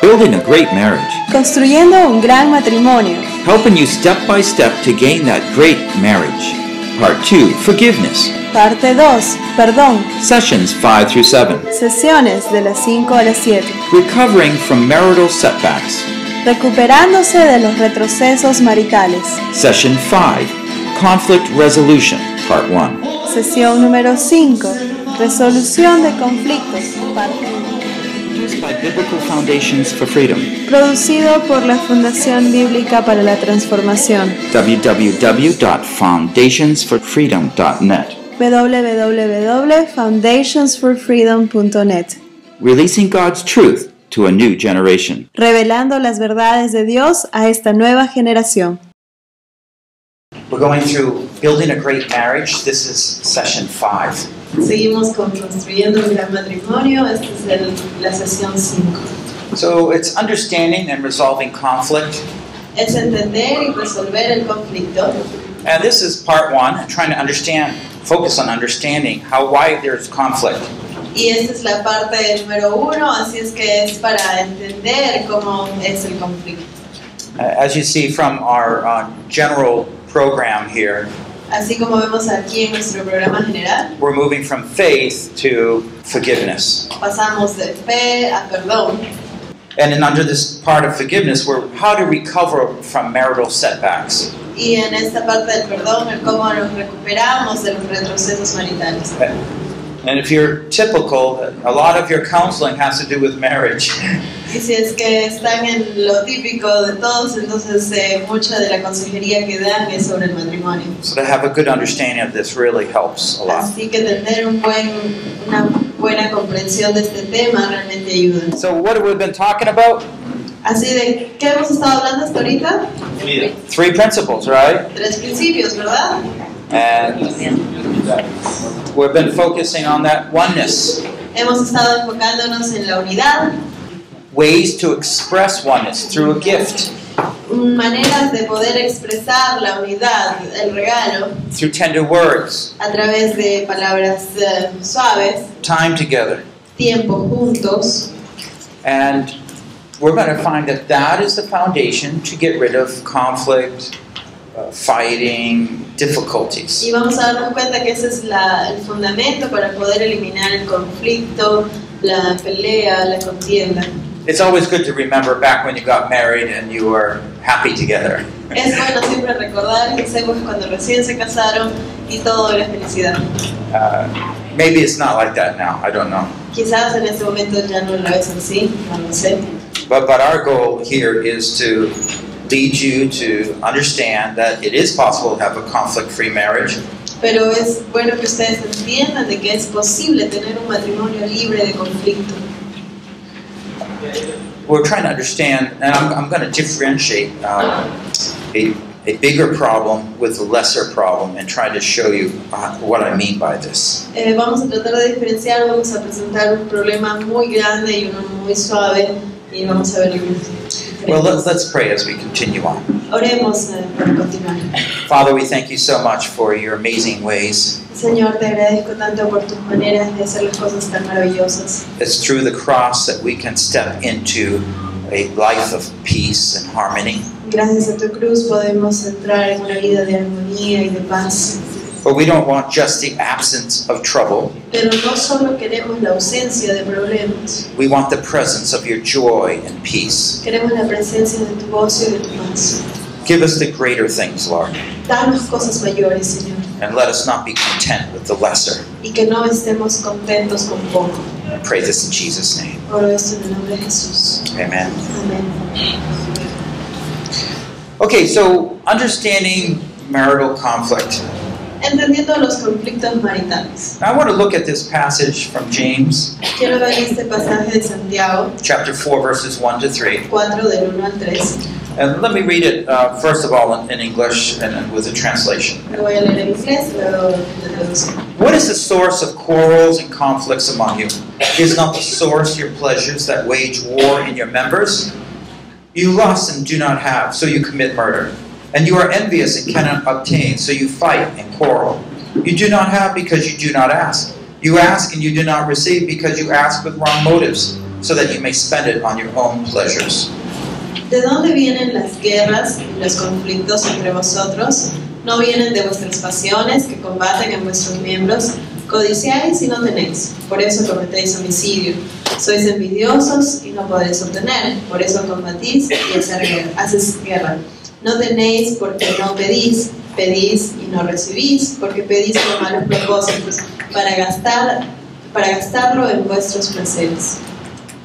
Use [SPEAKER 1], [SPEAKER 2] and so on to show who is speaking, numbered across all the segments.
[SPEAKER 1] Building a great marriage.
[SPEAKER 2] Construyendo un gran matrimonio.
[SPEAKER 1] Helping you step by step to gain that great marriage. Part 2 Forgiveness.
[SPEAKER 2] Parte 2. Perdón.
[SPEAKER 1] Sessions 5 through 7.
[SPEAKER 2] Sesiones de las 5 a las 7.
[SPEAKER 1] Recovering from marital setbacks.
[SPEAKER 2] Recuperándose de los retrocesos maritales.
[SPEAKER 1] Session 5 Conflict Resolution. Part 1.
[SPEAKER 2] Sesión número 5. Resolución de conflictos. Parte uno.
[SPEAKER 1] Produced by Biblical Foundations for Freedom.
[SPEAKER 2] Producido por la Fundación Bíblica para la Transformación.
[SPEAKER 1] www.foundationsforfreedom.net.
[SPEAKER 2] www.foundationsforfreedom.net.
[SPEAKER 1] Releasing God's truth to a new generation.
[SPEAKER 2] Revelando las verdades de Dios a esta nueva generación.
[SPEAKER 1] We're going through Building a Great Marriage. This is session 5.
[SPEAKER 3] Seguimos con construyendo un gran matrimonio. Esta es el- la sesión 5.
[SPEAKER 1] So it's understanding and resolving conflict.
[SPEAKER 3] Es entender y resolver el conflicto.
[SPEAKER 1] And this is part 1, and trying to understand, focus on understanding how why there's conflict.
[SPEAKER 3] Y esta es la parte número uno, así es que es para entender cómo es el conflicto.
[SPEAKER 1] Uh, As you see from our uh, general program here,
[SPEAKER 3] Así como vemos aquí en nuestro programa general,
[SPEAKER 1] we're moving from faith to forgiveness.
[SPEAKER 3] pasamos de fe a perdón.
[SPEAKER 1] And then under this part of forgiveness, we're how to recover from marital setbacks.
[SPEAKER 3] Y en esta parte del perdón, el cómo nos recuperamos de los retrocesos maritales.
[SPEAKER 1] And if you're typical, a lot of your counseling has to do with marriage.
[SPEAKER 3] Y si es que están en lo típico de todos, entonces eh, mucha de la consejería que dan es sobre el matrimonio.
[SPEAKER 1] So to have a good understanding of this really helps a lot.
[SPEAKER 3] Así que tener un buen, una buena comprensión de este tema realmente ayuda.
[SPEAKER 1] So what have we been talking about?
[SPEAKER 3] Así de, ¿qué hemos estado hablando hasta ahorita?
[SPEAKER 1] Three principles, right?
[SPEAKER 3] Tres principios, ¿verdad?
[SPEAKER 1] And we've been focusing on that oneness,
[SPEAKER 3] Hemos estado enfocándonos en la unidad,
[SPEAKER 1] ways to express oneness through a gift,
[SPEAKER 3] maneras de poder expresar la unidad, el regalo,
[SPEAKER 1] through tender words,
[SPEAKER 3] a través de palabras eh, suaves,
[SPEAKER 1] time together.
[SPEAKER 3] tiempo juntos.
[SPEAKER 1] And we're going to find that that is the foundation to get rid of conflict, uh, fighting, difficulties.
[SPEAKER 3] Y vamos a darnos cuenta que ese es la- el fundamento para poder eliminar el conflicto, la pelea, la contienda.
[SPEAKER 1] It's always good to remember back when you got married and you were happy together.
[SPEAKER 3] Es bueno siempre recordar que hacemos cuando recién se casaron y todo era felicidad.
[SPEAKER 1] Uh, maybe it's not like that now, I don't know.
[SPEAKER 3] Quizás en este momento ya no lo es así, no lo sé.
[SPEAKER 1] But, but our goal here is to lead you to understand that it is possible to have a conflict free marriage.
[SPEAKER 3] Pero es bueno que ustedes entiendan de que es posible tener un matrimonio libre de conflicto.
[SPEAKER 1] We're trying to understand, and I'm, I'm going to differentiate um, a, a bigger problem with a lesser problem and try to show you uh, what I mean by this.
[SPEAKER 3] Eh, vamos a tratar de diferenciar, vamos a presentar un problema muy grande y uno muy suave y vamos a ver los
[SPEAKER 1] Well, let's, let's pray as we continue on.
[SPEAKER 3] Oremos eh, para continuar.
[SPEAKER 1] Father, we thank you so much for your amazing ways.
[SPEAKER 3] Señor, te agradezco tanto por tus maneras de hacer las cosas tan maravillosas.
[SPEAKER 1] It's through the cross that we can step into a life of peace and harmony.
[SPEAKER 3] Gracias a tu cruz podemos entrar en una vida de armonía y de paz.
[SPEAKER 1] But we don't want just the absence of trouble.
[SPEAKER 3] Pero no solo queremos la ausencia de problemas,
[SPEAKER 1] We want the presence of your joy and peace.
[SPEAKER 3] queremos la presencia de tu gozo y de tu paz.
[SPEAKER 1] Give us the greater things, Lord,
[SPEAKER 3] Danos cosas mayores, Señor,
[SPEAKER 1] and let us not be content with the lesser.
[SPEAKER 3] y que no estemos contentos con poco.
[SPEAKER 1] I pray this in Jesus' name.
[SPEAKER 3] Oro esto en el nombre de Jesús.
[SPEAKER 1] Amen.
[SPEAKER 3] Amén.
[SPEAKER 1] Okay, so understanding marital conflict.
[SPEAKER 3] Entendiendo los conflictos maritales,
[SPEAKER 1] I want to look at this passage from James
[SPEAKER 3] quiero ver este pasaje de Santiago
[SPEAKER 1] chapter 4, verses 1 to 3.
[SPEAKER 3] 4 del 1 al 3.
[SPEAKER 1] And let me read it, uh, first of all, in, in English and then with a translation.
[SPEAKER 3] Lo voy a leer en inglés, luego lo traduzco.
[SPEAKER 1] What is the source of quarrels and conflicts among you? Is not the source your pleasures that wage war in your members? You lust and do not have, so you commit murder. And you are envious and cannot obtain, so you fight and quarrel. You do not have because you do not ask. You ask and you do not receive because you ask with wrong motives, so that you may spend it on your own pleasures.
[SPEAKER 3] ¿De dónde vienen las guerras y los conflictos entre vosotros? ¿No vienen de vuestras pasiones que combaten en vuestros miembros? Codiciáis y no tenéis, por eso cometéis homicidio. Sois envidiosos y no podéis obtener, por eso combatís y hacer guer- haces guerra. No tenéis porque no pedís, pedís y no recibís, porque pedís con malos propósitos, para, gastar, para gastarlo en vuestros placeres.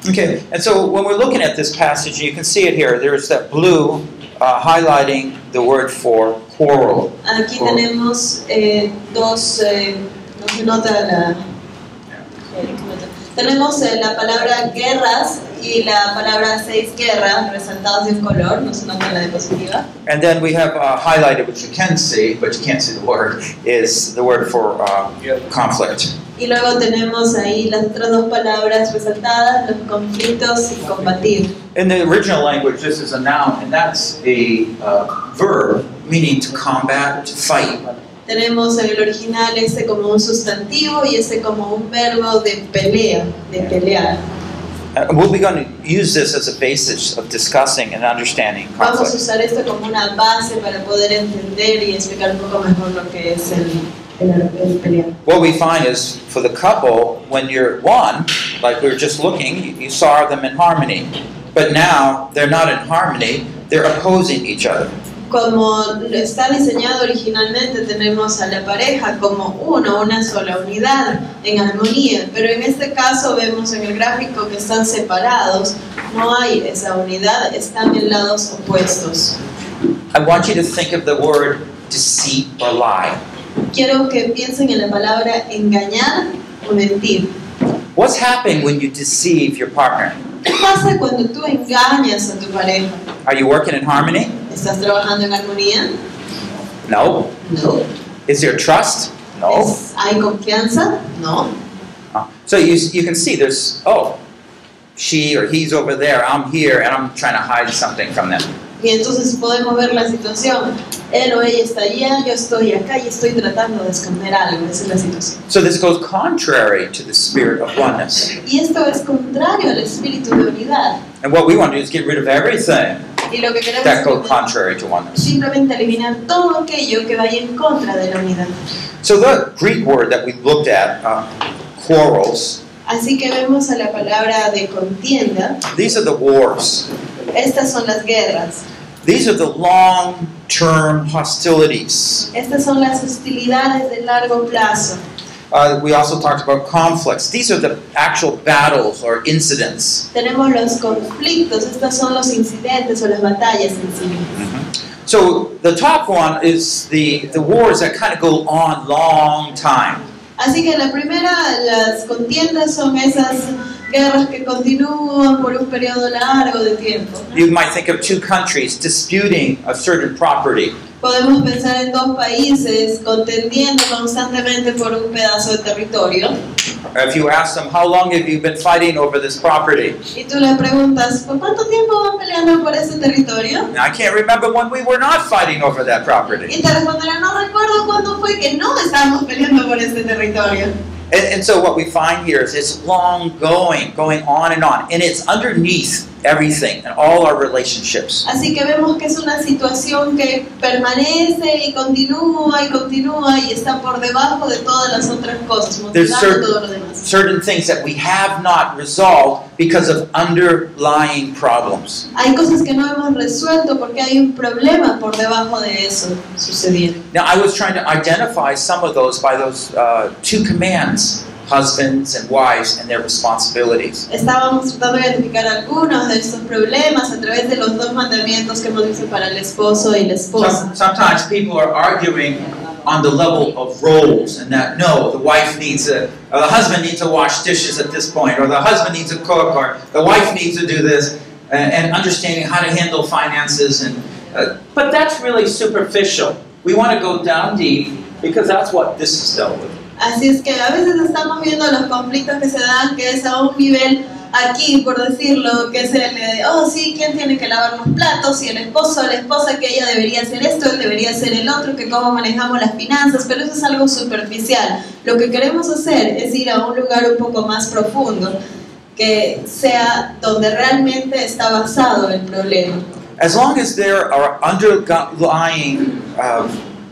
[SPEAKER 1] Okay, and so when we're looking at this passage, you can see it here. There's that blue uh, highlighting the word for quarrel.
[SPEAKER 3] Aquí
[SPEAKER 1] Oh.
[SPEAKER 3] tenemos eh, dos, eh, no se nota la... eh, ¿qué nota? Tenemos eh, la palabra guerras y la palabra seis guerras resaltados de un color, no se nota la diapositiva.
[SPEAKER 1] And then we have uh, highlighted, which you can see, but you can't see the word, is the word for uh, conflict.
[SPEAKER 3] Y luego tenemos ahí las otras dos palabras resaltadas, los conflictos y combatir.
[SPEAKER 1] In the original language, this is a noun, and that's a uh, verb meaning to combat, to fight.
[SPEAKER 3] Tenemos en el original este como un sustantivo y este como un verbo de pelea, de pelear.
[SPEAKER 1] Uh, we'll be going to use this as a basis of discussing and understanding
[SPEAKER 3] Vamos a
[SPEAKER 1] conflict.
[SPEAKER 3] usar esto como una base para poder entender y explicar un poco mejor lo que es el, el- el pelear.
[SPEAKER 1] What we find is for the couple, when you're one, like we were just looking, you, you saw them in harmony. But now they're not in harmony, they're opposing each other.
[SPEAKER 3] Como está diseñado originalmente, tenemos a la pareja como uno, una sola unidad, en armonía, pero en este caso vemos en el gráfico que están separados, no hay esa unidad, están en lados opuestos.
[SPEAKER 1] I want you to think of the word deceit or lie.
[SPEAKER 3] Quiero que piensen en la palabra engañar o mentir.
[SPEAKER 1] What's happening when you deceive your partner?
[SPEAKER 3] ¿Qué pasa cuando tú engañas a tu pareja?
[SPEAKER 1] Are you working in harmony?
[SPEAKER 3] ¿Estás trabajando en armonía?
[SPEAKER 1] No.
[SPEAKER 3] No.
[SPEAKER 1] Is there trust? No.
[SPEAKER 3] ¿Es- ¿Hay confianza? No.
[SPEAKER 1] Uh, So you, you can see there's, oh, she or he's over there, I'm here, and I'm trying to hide something from them.
[SPEAKER 3] Y entonces podemos ver la situación. Él o ella está allá, yo estoy acá y estoy tratando de esconder algo. Esa es la situación.
[SPEAKER 1] So this goes contrary to the spirit of oneness.
[SPEAKER 3] Y esto es contrario al espíritu de unidad.
[SPEAKER 1] And what we want to do is get rid of everything
[SPEAKER 3] Y lo que queremos
[SPEAKER 1] that goes
[SPEAKER 3] es
[SPEAKER 1] contrary to oneness.
[SPEAKER 3] simplemente eliminar todo aquello que vaya en contra de la unidad.
[SPEAKER 1] So the Greek word that we looked at, uh, quarrels,
[SPEAKER 3] Así que vemos a la palabra de contienda.
[SPEAKER 1] these are the wars.
[SPEAKER 3] Estas son las guerras.
[SPEAKER 1] These are the long term hostilities.
[SPEAKER 3] Estas son las hostilidades de largo plazo.
[SPEAKER 1] Uh, we also talked about conflicts. These are the actual battles or incidents.
[SPEAKER 3] Tenemos los conflictos. Estos son los incidentes o las batallas en sí.
[SPEAKER 1] So the top one is the, the wars that kind of go on long time.
[SPEAKER 3] Así que la primera, las contiendas son esas guerras que continúan por un periodo largo de tiempo.
[SPEAKER 1] You might think of two countries disputing a certain property.
[SPEAKER 3] Podemos pensar en dos países contendiendo constantemente por un pedazo de territorio.
[SPEAKER 1] If you ask them, how long have you been fighting over this property?
[SPEAKER 3] Y tú le preguntas, ¿por cuánto tiempo van peleando por ese territorio?
[SPEAKER 1] And I can't remember when we were not fighting over that property.
[SPEAKER 3] Y te responderá, no recuerdo cuándo fue que no estábamos peleando por ese territorio.
[SPEAKER 1] And, and so what we find here is it's long going, going on and on, and it's underneath everything and all our relationships.
[SPEAKER 3] Así que vemos que es una situación que permanece y continúa y continúa y está por debajo de todas las otras cosas,
[SPEAKER 1] There's
[SPEAKER 3] motivando
[SPEAKER 1] certain-
[SPEAKER 3] todo lo demás.
[SPEAKER 1] Certain things that we have not resolved because of underlying problems.
[SPEAKER 3] Hay cosas que no hemos resuelto porque hay un problema por debajo de eso sucediendo.
[SPEAKER 1] Now I was trying to identify some of those by those uh, two commands: husbands and wives and their responsibilities.
[SPEAKER 3] Estábamos tratando de identificar algunos de estos problemas a través de los dos mandamientos que hemos visto para el esposo y la esposa.
[SPEAKER 1] Some- sometimes people are arguing on the level of roles and that no, the wife needs to, or the husband needs to wash dishes at this point, or the husband needs to cook, or the wife needs to do this, and, and understanding how to handle finances. And uh, but that's really superficial. We want to go down deep because that's what this is dealt with.
[SPEAKER 3] Así es que a veces estamos viendo los conflictos que se dan, que es a un nivel aquí, por decirlo, que es el de, oh sí, ¿quién tiene que lavar los platos? Y el esposo o la esposa, que ella debería hacer esto, él debería hacer el otro, que cómo manejamos las finanzas, pero eso es algo superficial. Lo que queremos hacer es ir a un lugar un poco más profundo, que sea donde realmente está basado el problema.
[SPEAKER 1] As long as there are underlying uh,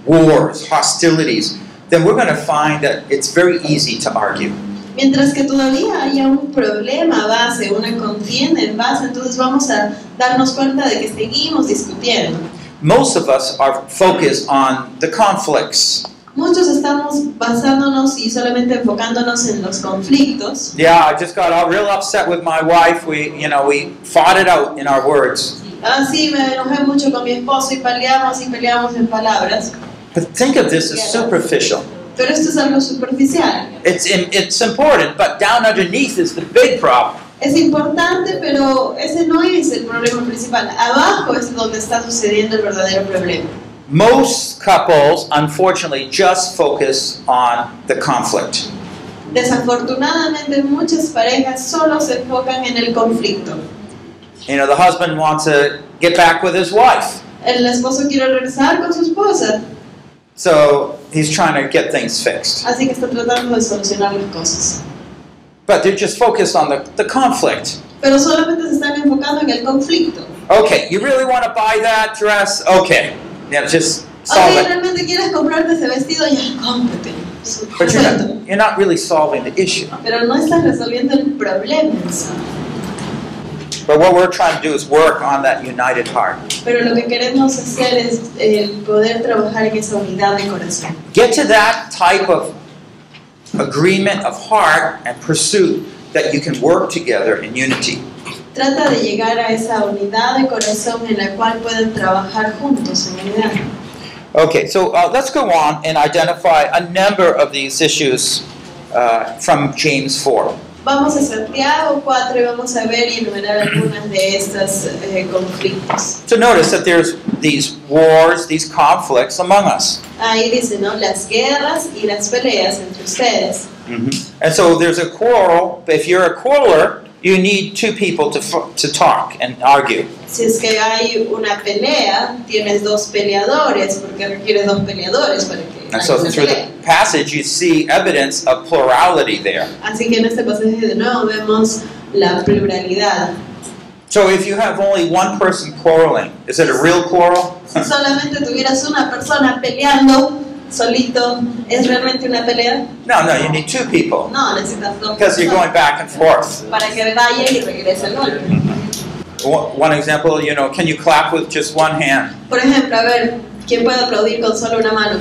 [SPEAKER 1] wars, hostilities, then we're going to find that it's very easy to argue.
[SPEAKER 3] Mientras que todavía haya un problema base, una contienda en base, entonces vamos a darnos cuenta de que seguimos discutiendo.
[SPEAKER 1] Most of us are focused on the conflicts.
[SPEAKER 3] Muchos estamos basándonos y solamente enfocándonos en los conflictos.
[SPEAKER 1] Yeah, I just got all real upset with my wife. We, you know, we fought it out in our words.
[SPEAKER 3] Ah, sí, me enojé mucho con mi esposo y peleamos y peleamos en palabras.
[SPEAKER 1] But think of this as superficial.
[SPEAKER 3] Pero esto es algo superficial.
[SPEAKER 1] It's im- it's important, but down underneath is the big problem.
[SPEAKER 3] Es importante, pero ese no es el problema principal. Abajo es donde está sucediendo el verdadero problema.
[SPEAKER 1] Most couples, unfortunately, just focus on the conflict.
[SPEAKER 3] Desafortunadamente, muchas parejas solo se enfocan en el conflicto.
[SPEAKER 1] You know, the husband wants to get back with his wife,
[SPEAKER 3] El esposo quiere regresar con su esposa,
[SPEAKER 1] so he's trying to get things fixed.
[SPEAKER 3] así que está tratando de solucionar las cosas.
[SPEAKER 1] But they're just focused on the, the conflict.
[SPEAKER 3] Pero solamente se están enfocando en el conflicto.
[SPEAKER 1] Okay, you really want to buy that dress? Okay. Yeah, just solve
[SPEAKER 3] Oye,
[SPEAKER 1] it.
[SPEAKER 3] realmente quieres comprarte ese vestido, ya cómprate.
[SPEAKER 1] But you're not, you're not really solving the issue.
[SPEAKER 3] Pero no estás resolviendo el problema. en sí.
[SPEAKER 1] But what we're trying to do is work on that united heart.
[SPEAKER 3] Pero lo que queremos hacer es el poder trabajar en esa unidad de corazón.
[SPEAKER 1] Get to that type of agreement of heart and pursuit that you can work together in unity.
[SPEAKER 3] Trata de llegar a esa unidad de corazón en la cual pueden trabajar juntos en unidad.
[SPEAKER 1] Okay, so uh, let's go on and identify a number of these issues uh, from James 4.
[SPEAKER 3] Vamos a Santiago 4 y vamos a ver y enumerar algunas de estas eh, conflictos.
[SPEAKER 1] So notice that there's these wars, these conflicts among us.
[SPEAKER 3] Ahí dice, ¿no? Las guerras y las peleas entre ustedes.
[SPEAKER 1] And so there's a quarrel. but If you're a quarreler, you need two people to, f- to talk and argue.
[SPEAKER 3] Si es que hay una pelea, tienes dos peleadores, porque requiere dos peleadores para que
[SPEAKER 1] And
[SPEAKER 3] haya
[SPEAKER 1] so
[SPEAKER 3] una
[SPEAKER 1] through
[SPEAKER 3] pelea.
[SPEAKER 1] the passage, you see evidence of plurality there.
[SPEAKER 3] Así que en este pasaje de nuevo vemos la pluralidad.
[SPEAKER 1] So if you have only one person quarreling, is it a real quarrel?
[SPEAKER 3] Si solamente tuvieras una persona peleando solito, ¿es realmente una pelea?
[SPEAKER 1] No, no, you need two people
[SPEAKER 3] No, necesitas dos
[SPEAKER 1] because you're
[SPEAKER 3] personas
[SPEAKER 1] going back and forth.
[SPEAKER 3] para que vaya y regrese el golpe.
[SPEAKER 1] One one example, you know, can you clap with just one hand?
[SPEAKER 3] Por ejemplo, a ver, ¿quién puede aplaudir con solo una mano?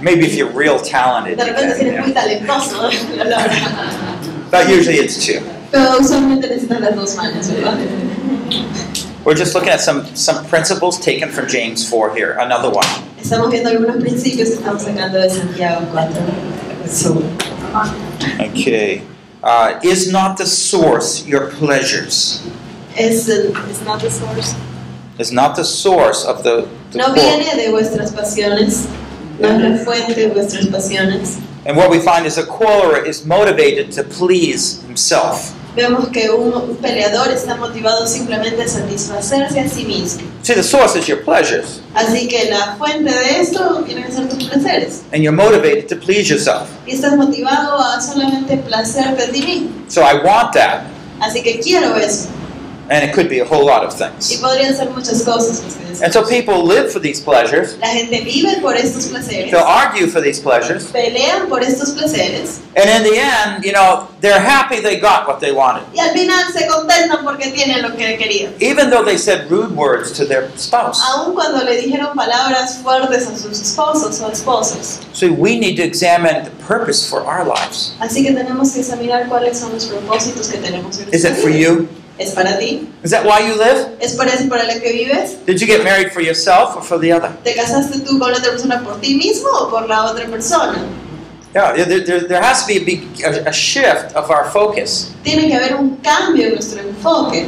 [SPEAKER 1] Maybe if you're real talented.
[SPEAKER 3] De
[SPEAKER 1] you
[SPEAKER 3] repente si
[SPEAKER 1] can, you
[SPEAKER 3] eres
[SPEAKER 1] know.
[SPEAKER 3] muy talentoso, lo logra.
[SPEAKER 1] But usually it's two.
[SPEAKER 3] Pero usualmente necesitas las dos manos, ¿verdad?
[SPEAKER 1] We're just looking at some, some principles taken from James 4 here, another one.
[SPEAKER 3] Estamos viendo algunos principios que estamos sacando de Santiago 4.
[SPEAKER 1] Okay. Uh, is not the source your pleasures?
[SPEAKER 3] Es el- it's not the source.
[SPEAKER 1] Is not the source of the, the
[SPEAKER 3] No
[SPEAKER 1] quarrel.
[SPEAKER 3] viene de vuestras pasiones, no es la fuente de vuestras pasiones.
[SPEAKER 1] And what we find is a quarreler is motivated to please himself.
[SPEAKER 3] Vemos que un, un peleador está motivado simplemente a satisfacerse a sí mismo.
[SPEAKER 1] See, the source is your pleasures,
[SPEAKER 3] Así que la fuente de esto tienen que ser tus placeres.
[SPEAKER 1] and you're motivated to please yourself.
[SPEAKER 3] Y estás motivado a solamente placerte a ti mismo.
[SPEAKER 1] So I want that,
[SPEAKER 3] Así que quiero eso.
[SPEAKER 1] and it could be a whole lot of
[SPEAKER 3] Y
[SPEAKER 1] things.
[SPEAKER 3] podrían ser muchas cosas. pues, que
[SPEAKER 1] And
[SPEAKER 3] deseas.
[SPEAKER 1] so people live for these pleasures,
[SPEAKER 3] La gente vive por estos placeres.
[SPEAKER 1] they'll argue for these pleasures,
[SPEAKER 3] Pelean por estos placeres.
[SPEAKER 1] and in the end, you know, they're happy they got what they wanted,
[SPEAKER 3] Y al final se contentan porque tienen lo que querían.
[SPEAKER 1] even though they said rude words to their spouse.
[SPEAKER 3] Aun cuando le dijeron palabras fuertes a sus esposos o esposas.
[SPEAKER 1] So we need to examine the purpose for our lives.
[SPEAKER 3] Así que tenemos que examinar cuáles son los propósitos que tenemos en
[SPEAKER 1] Is
[SPEAKER 3] esta
[SPEAKER 1] it for
[SPEAKER 3] vida.
[SPEAKER 1] you?
[SPEAKER 3] ¿Es para ti?
[SPEAKER 1] Is that why you live?
[SPEAKER 3] ¿Es para eso para lo que vives?
[SPEAKER 1] Did you get married for yourself or for the other?
[SPEAKER 3] ¿Te casaste tú con la otra persona por ti mismo o por la otra persona?
[SPEAKER 1] Yeah, there, there, there has to be a, big, a, a shift of our focus
[SPEAKER 3] Tiene que haber un cambio en nuestro enfoque.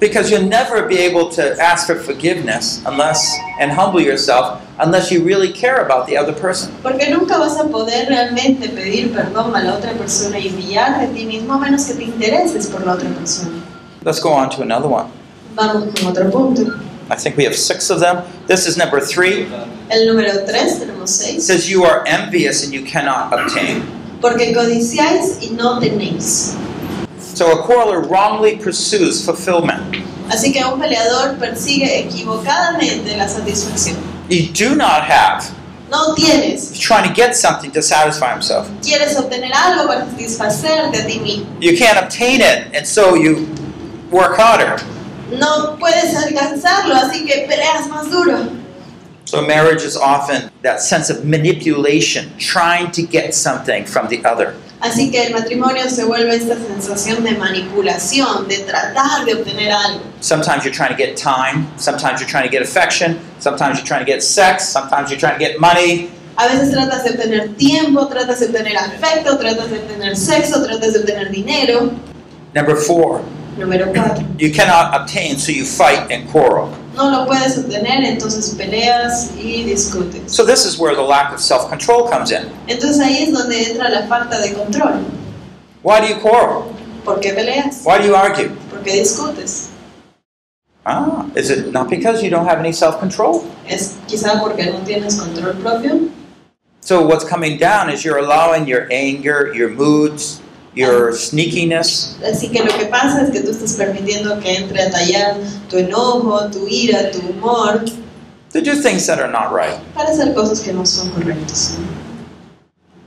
[SPEAKER 1] because you'll never be able to ask for forgiveness unless and humble yourself unless you really care about the other person.
[SPEAKER 3] Porque nunca vas a poder realmente pedir perdón a la otra persona y humillarte a ti mismo a menos que te intereses por la otra persona.
[SPEAKER 1] Let's go on to another one.
[SPEAKER 3] Vamos con otro punto.
[SPEAKER 1] I think we have six of them. This is number three.
[SPEAKER 3] El número 3, tenemos
[SPEAKER 1] It
[SPEAKER 3] 6.
[SPEAKER 1] says, You are envious and you cannot obtain.
[SPEAKER 3] Porque codiciáis y no tenéis.
[SPEAKER 1] So So a quarreler wrongly pursues fulfillment.
[SPEAKER 3] Así que un peleador persigue equivocadamente la satisfacción.
[SPEAKER 1] You do not have.
[SPEAKER 3] No tienes,
[SPEAKER 1] He's trying to get something to satisfy himself.
[SPEAKER 3] quieres obtener algo para satisfacerte a ti mismo.
[SPEAKER 1] You can't obtain it, and so you work harder.
[SPEAKER 3] No puedes alcanzarlo, así que peleas más duro.
[SPEAKER 1] So marriage is often that sense of manipulation, trying to get something from the other.
[SPEAKER 3] Así que el matrimonio se vuelve esta sensación de manipulación, de tratar de obtener algo.
[SPEAKER 1] Sometimes you're trying to get time, sometimes you're trying to get affection, sometimes you're trying to get sex, sometimes you're trying to get money,
[SPEAKER 3] A veces tratas de obtener tiempo, tratas de obtener afecto, tratas de obtener sexo, tratas de obtener dinero.
[SPEAKER 1] Number four,
[SPEAKER 3] Número cuatro,
[SPEAKER 1] you cannot obtain, so you fight and quarrel.
[SPEAKER 3] no lo puedes obtener, entonces peleas y discutes.
[SPEAKER 1] So this is where the lack of self-control comes in.
[SPEAKER 3] Entonces ahí es donde entra la falta de control.
[SPEAKER 1] Why do you quarrel?
[SPEAKER 3] ¿Por qué peleas?
[SPEAKER 1] Why do you argue?
[SPEAKER 3] ¿Por qué discutes?
[SPEAKER 1] Ah, is it not because you don't have any self-control?
[SPEAKER 3] Es quizá porque no tienes control propio.
[SPEAKER 1] So what's coming down is you're allowing your anger, your moods, your sneakiness,
[SPEAKER 3] Así que lo que pasa es que tú estás permitiendo que entre a tallar tu enojo, tu ira, tu humor,
[SPEAKER 1] to do things that are not right.
[SPEAKER 3] para hacer cosas que no son correctas.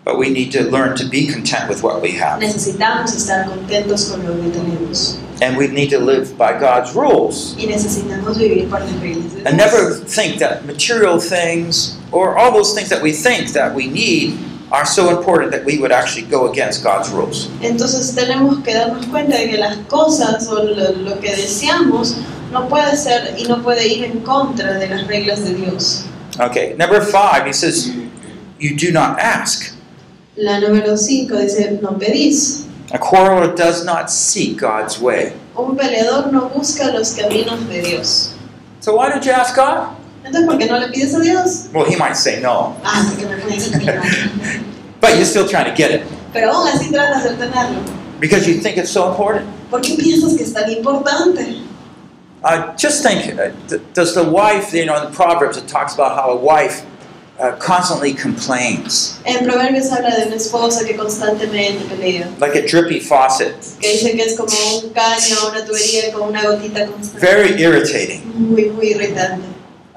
[SPEAKER 1] But we need to learn to be content with what we have.
[SPEAKER 3] Necesitamos estar contentos con lo que tenemos
[SPEAKER 1] And we need to live by God's rules.
[SPEAKER 3] y necesitamos vivir por las reglas de
[SPEAKER 1] And
[SPEAKER 3] Dios.
[SPEAKER 1] never think that material things or all those things that we think that we need are so important that we would actually go against God's rules.
[SPEAKER 3] Entonces tenemos que darnos cuenta de que las cosas o lo, lo que deseamos no puede ser y no puede ir en contra de las reglas de Dios.
[SPEAKER 1] Okay, number five, he says, You do not ask.
[SPEAKER 3] La número 5 dice, no pedís.
[SPEAKER 1] A quarreler does not seek God's way.
[SPEAKER 3] Un peleador no busca los caminos de Dios.
[SPEAKER 1] So why don't you ask God?
[SPEAKER 3] Entonces, ¿por qué no le pides a Dios?
[SPEAKER 1] Well, he might say no,
[SPEAKER 3] Ah, porque me puedes no.
[SPEAKER 1] but you're still trying to get it
[SPEAKER 3] Pero aún así tratas de obtenerlo.
[SPEAKER 1] because you think it's so important.
[SPEAKER 3] ¿Por qué piensas que es tan importante?
[SPEAKER 1] Uh, just think, uh, th- does the wife, you know, in Proverbs it talks about how a wife uh, constantly complains,
[SPEAKER 3] En Proverbios habla de una esposa que constantemente pelea,
[SPEAKER 1] like a drippy faucet,
[SPEAKER 3] que dice que es como un caño, una tubería con una gotita constante.
[SPEAKER 1] very irritating.
[SPEAKER 3] Muy, muy irritante.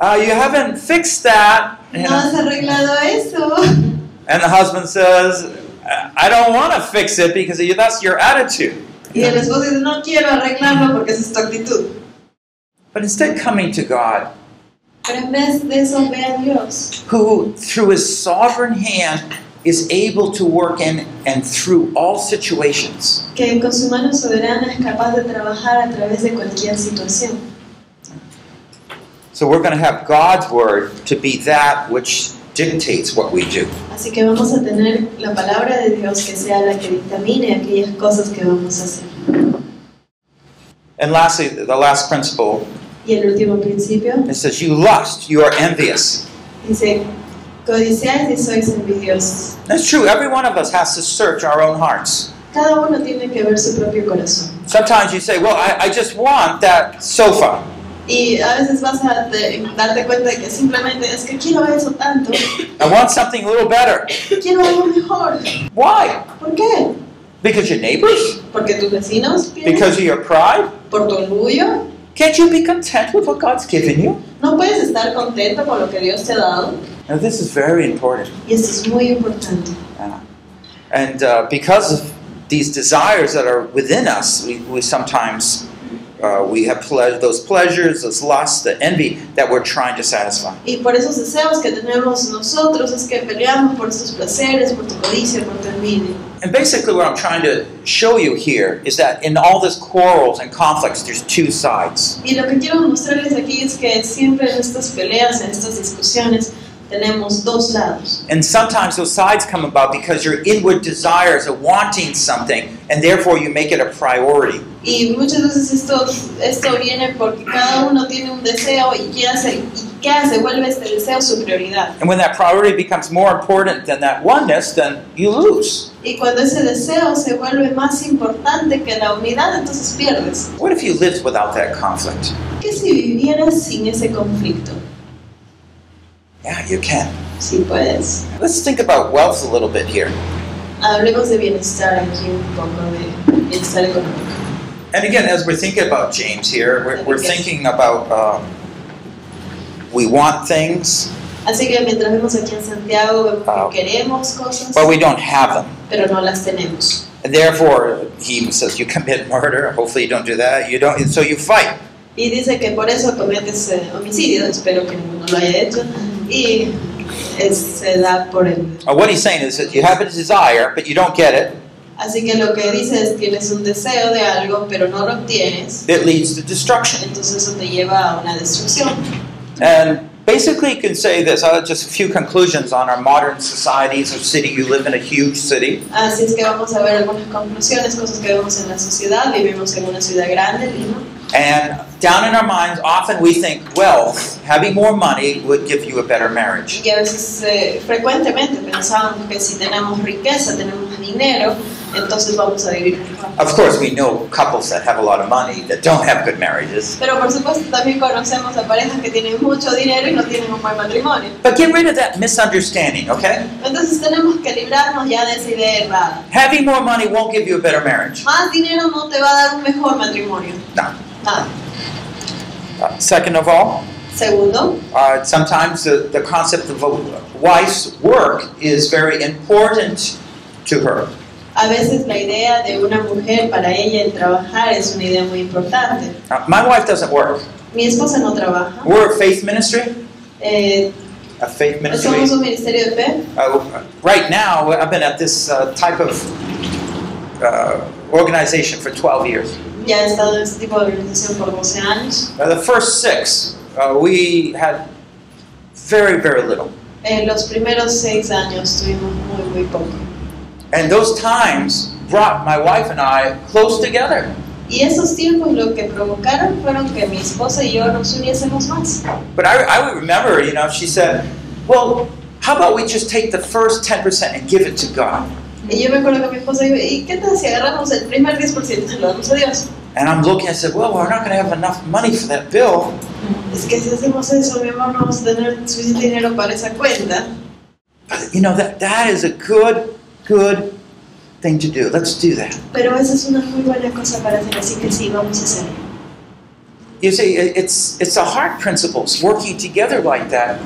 [SPEAKER 1] Uh, you haven't fixed that. you
[SPEAKER 3] No
[SPEAKER 1] know.
[SPEAKER 3] has arreglado eso.
[SPEAKER 1] And the husband says, "I- I don't want to fix it because you- that's your attitude.
[SPEAKER 3] Y el esposo dice, no quiero arreglarlo porque esa es tu actitud.
[SPEAKER 1] But instead, coming to God,
[SPEAKER 3] Pero en vez de eso, ve a Dios,
[SPEAKER 1] who through his sovereign hand is able to work in and through all situations.
[SPEAKER 3] que con su mano soberana es capaz de trabajar a través de cualquier situación.
[SPEAKER 1] So we're going to have God's word to be that which dictates what we do.
[SPEAKER 3] Así que vamos a tener la palabra de Dios que sea la que dictamine aquellas cosas que vamos a hacer.
[SPEAKER 1] And lastly, the last principle
[SPEAKER 3] Y el último principio
[SPEAKER 1] it says, You lust, you are envious.
[SPEAKER 3] dice, codiciáis y sois envidiosos.
[SPEAKER 1] That's true. Every one of us has to search our own hearts.
[SPEAKER 3] Cada uno tiene que ver su propio corazón.
[SPEAKER 1] Sometimes you say, Well, I, I just want that sofa.
[SPEAKER 3] Y a veces vas a te- darte cuenta de que simplemente es que quiero eso tanto,
[SPEAKER 1] I want something a little better.
[SPEAKER 3] quiero algo mejor.
[SPEAKER 1] Why?
[SPEAKER 3] ¿Por qué?
[SPEAKER 1] Because your neighbors?
[SPEAKER 3] Porque tus vecinos tienen,
[SPEAKER 1] Because of your pride?
[SPEAKER 3] por tu orgullo.
[SPEAKER 1] Can't you be content with what God's given you?
[SPEAKER 3] No puedes estar contento con lo que Dios te ha dado.
[SPEAKER 1] Now, this is very important.
[SPEAKER 3] Y esto es muy importante.
[SPEAKER 1] And uh, because of these desires that are within us, we, we sometimes uh, we have ple- those pleasures, those lusts, the envy that we're trying to satisfy.
[SPEAKER 3] Y por esos deseos que tenemos nosotros es que peleamos por sus placeres, por tu codicia, por tu envidia.
[SPEAKER 1] And basically, what I'm trying to show you here is that in all this quarrels and conflicts, there's two sides.
[SPEAKER 3] Y lo que quiero mostrarles aquí es que siempre en estas peleas, en estas discusiones, tenemos dos lados.
[SPEAKER 1] And sometimes those sides come about because your inward desires are wanting something, and therefore you make it a priority.
[SPEAKER 3] Y muchas veces esto, esto viene porque cada uno tiene un deseo y qué hace, y qué hace, vuelve este deseo su prioridad.
[SPEAKER 1] And when that priority becomes more important than that oneness, then you lose.
[SPEAKER 3] Y cuando ese deseo se vuelve más importante que la unidad, entonces pierdes.
[SPEAKER 1] What if you lived without that conflict?
[SPEAKER 3] ¿Qué si vivieras sin ese conflicto?
[SPEAKER 1] Yeah, you can.
[SPEAKER 3] Si puedes.
[SPEAKER 1] Let's think about wealth a little bit here.
[SPEAKER 3] Hablemos de bienestar aquí un poco, de bienestar económico.
[SPEAKER 1] And again, as we're thinking about James here, we're, we're thinking about um, we want things,
[SPEAKER 3] Así que mientras vemos aquí en Santiago, vemos
[SPEAKER 1] Ah.
[SPEAKER 3] que queremos cosas,
[SPEAKER 1] but we don't have them.
[SPEAKER 3] pero no las tenemos.
[SPEAKER 1] And therefore, he even says, you commit murder. Hopefully, you don't do that. You don't. And so you fight.
[SPEAKER 3] Y dice que por eso cometes eh, homicidio, espero que no lo haya hecho, y es- se da por el...
[SPEAKER 1] Uh, what he's saying is that you have a desire, but you don't get it.
[SPEAKER 3] Así que lo que dice es tienes un deseo de algo, pero no lo obtienes,
[SPEAKER 1] It leads to destruction.
[SPEAKER 3] entonces eso te lleva a una destrucción.
[SPEAKER 1] And basically, you can say this. Uh, just a few conclusions on our modern societies or city. You live in a huge city.
[SPEAKER 3] Así es que vamos a ver algunas conclusiones, cosas que vemos en la sociedad, vivimos en una ciudad grande, ¿no?
[SPEAKER 1] And down in our minds, often we think wealth, having more money, would give you a better marriage.
[SPEAKER 3] Y a veces eh, frecuentemente pensamos que si tenemos riqueza, tenemos dinero, entonces vamos a vivir mejor.
[SPEAKER 1] Of course, we know couples that have a lot of money that don't have good marriages.
[SPEAKER 3] Pero por supuesto también conocemos a parejas que tienen mucho dinero y no tienen un buen matrimonio.
[SPEAKER 1] But get rid of that misunderstanding, okay?
[SPEAKER 3] Entonces tenemos que librarnos ya de esa idea errada.
[SPEAKER 1] Having more money won't give you a better marriage.
[SPEAKER 3] Más dinero no te va a dar un mejor matrimonio.
[SPEAKER 1] No.
[SPEAKER 3] Nada.
[SPEAKER 1] Uh, second of all,
[SPEAKER 3] Segundo,
[SPEAKER 1] uh, sometimes the, the concept of a wife's work is very important to her.
[SPEAKER 3] a veces la idea de una mujer para ella el trabajar es una idea muy importante.
[SPEAKER 1] Uh, my wife doesn't work.
[SPEAKER 3] Mi esposa no trabaja.
[SPEAKER 1] We're a faith ministry,
[SPEAKER 3] Eh,
[SPEAKER 1] a faith ministry.
[SPEAKER 3] somos un ministerio de fe.
[SPEAKER 1] Uh, right now, I've been at this uh, type of uh, organization for 12 years.
[SPEAKER 3] Ya he estado en este tipo de organización por 12 años.
[SPEAKER 1] Uh, the first six, uh, we had very, very little.
[SPEAKER 3] En los primeros seis años tuvimos muy, muy poco.
[SPEAKER 1] And those times brought my wife and I close together.
[SPEAKER 3] Y esos tiempos lo que provocaron fueron que mi esposa y yo nos uniésemos más.
[SPEAKER 1] But I, I would remember, you know, she said, Well, how about we just take the first 10% and give it to God?
[SPEAKER 3] Y yo me acuerdo que mi esposa dijo, ¿y qué tal si agarramos el primer 10% y se lo damos a Dios?
[SPEAKER 1] And I'm looking, I said, Well, we're not going to have enough money for that bill.
[SPEAKER 3] Es que si hacemos eso, mi amor, no vamos a tener suficiente dinero para esa cuenta.
[SPEAKER 1] But, you know, that, that is a good, good thing to do. Let's do that.
[SPEAKER 3] Pero esa es una muy buena cosa para hacer, así que sí, vamos a hacerlo.
[SPEAKER 1] You see, it- it's it's the heart principles working together like that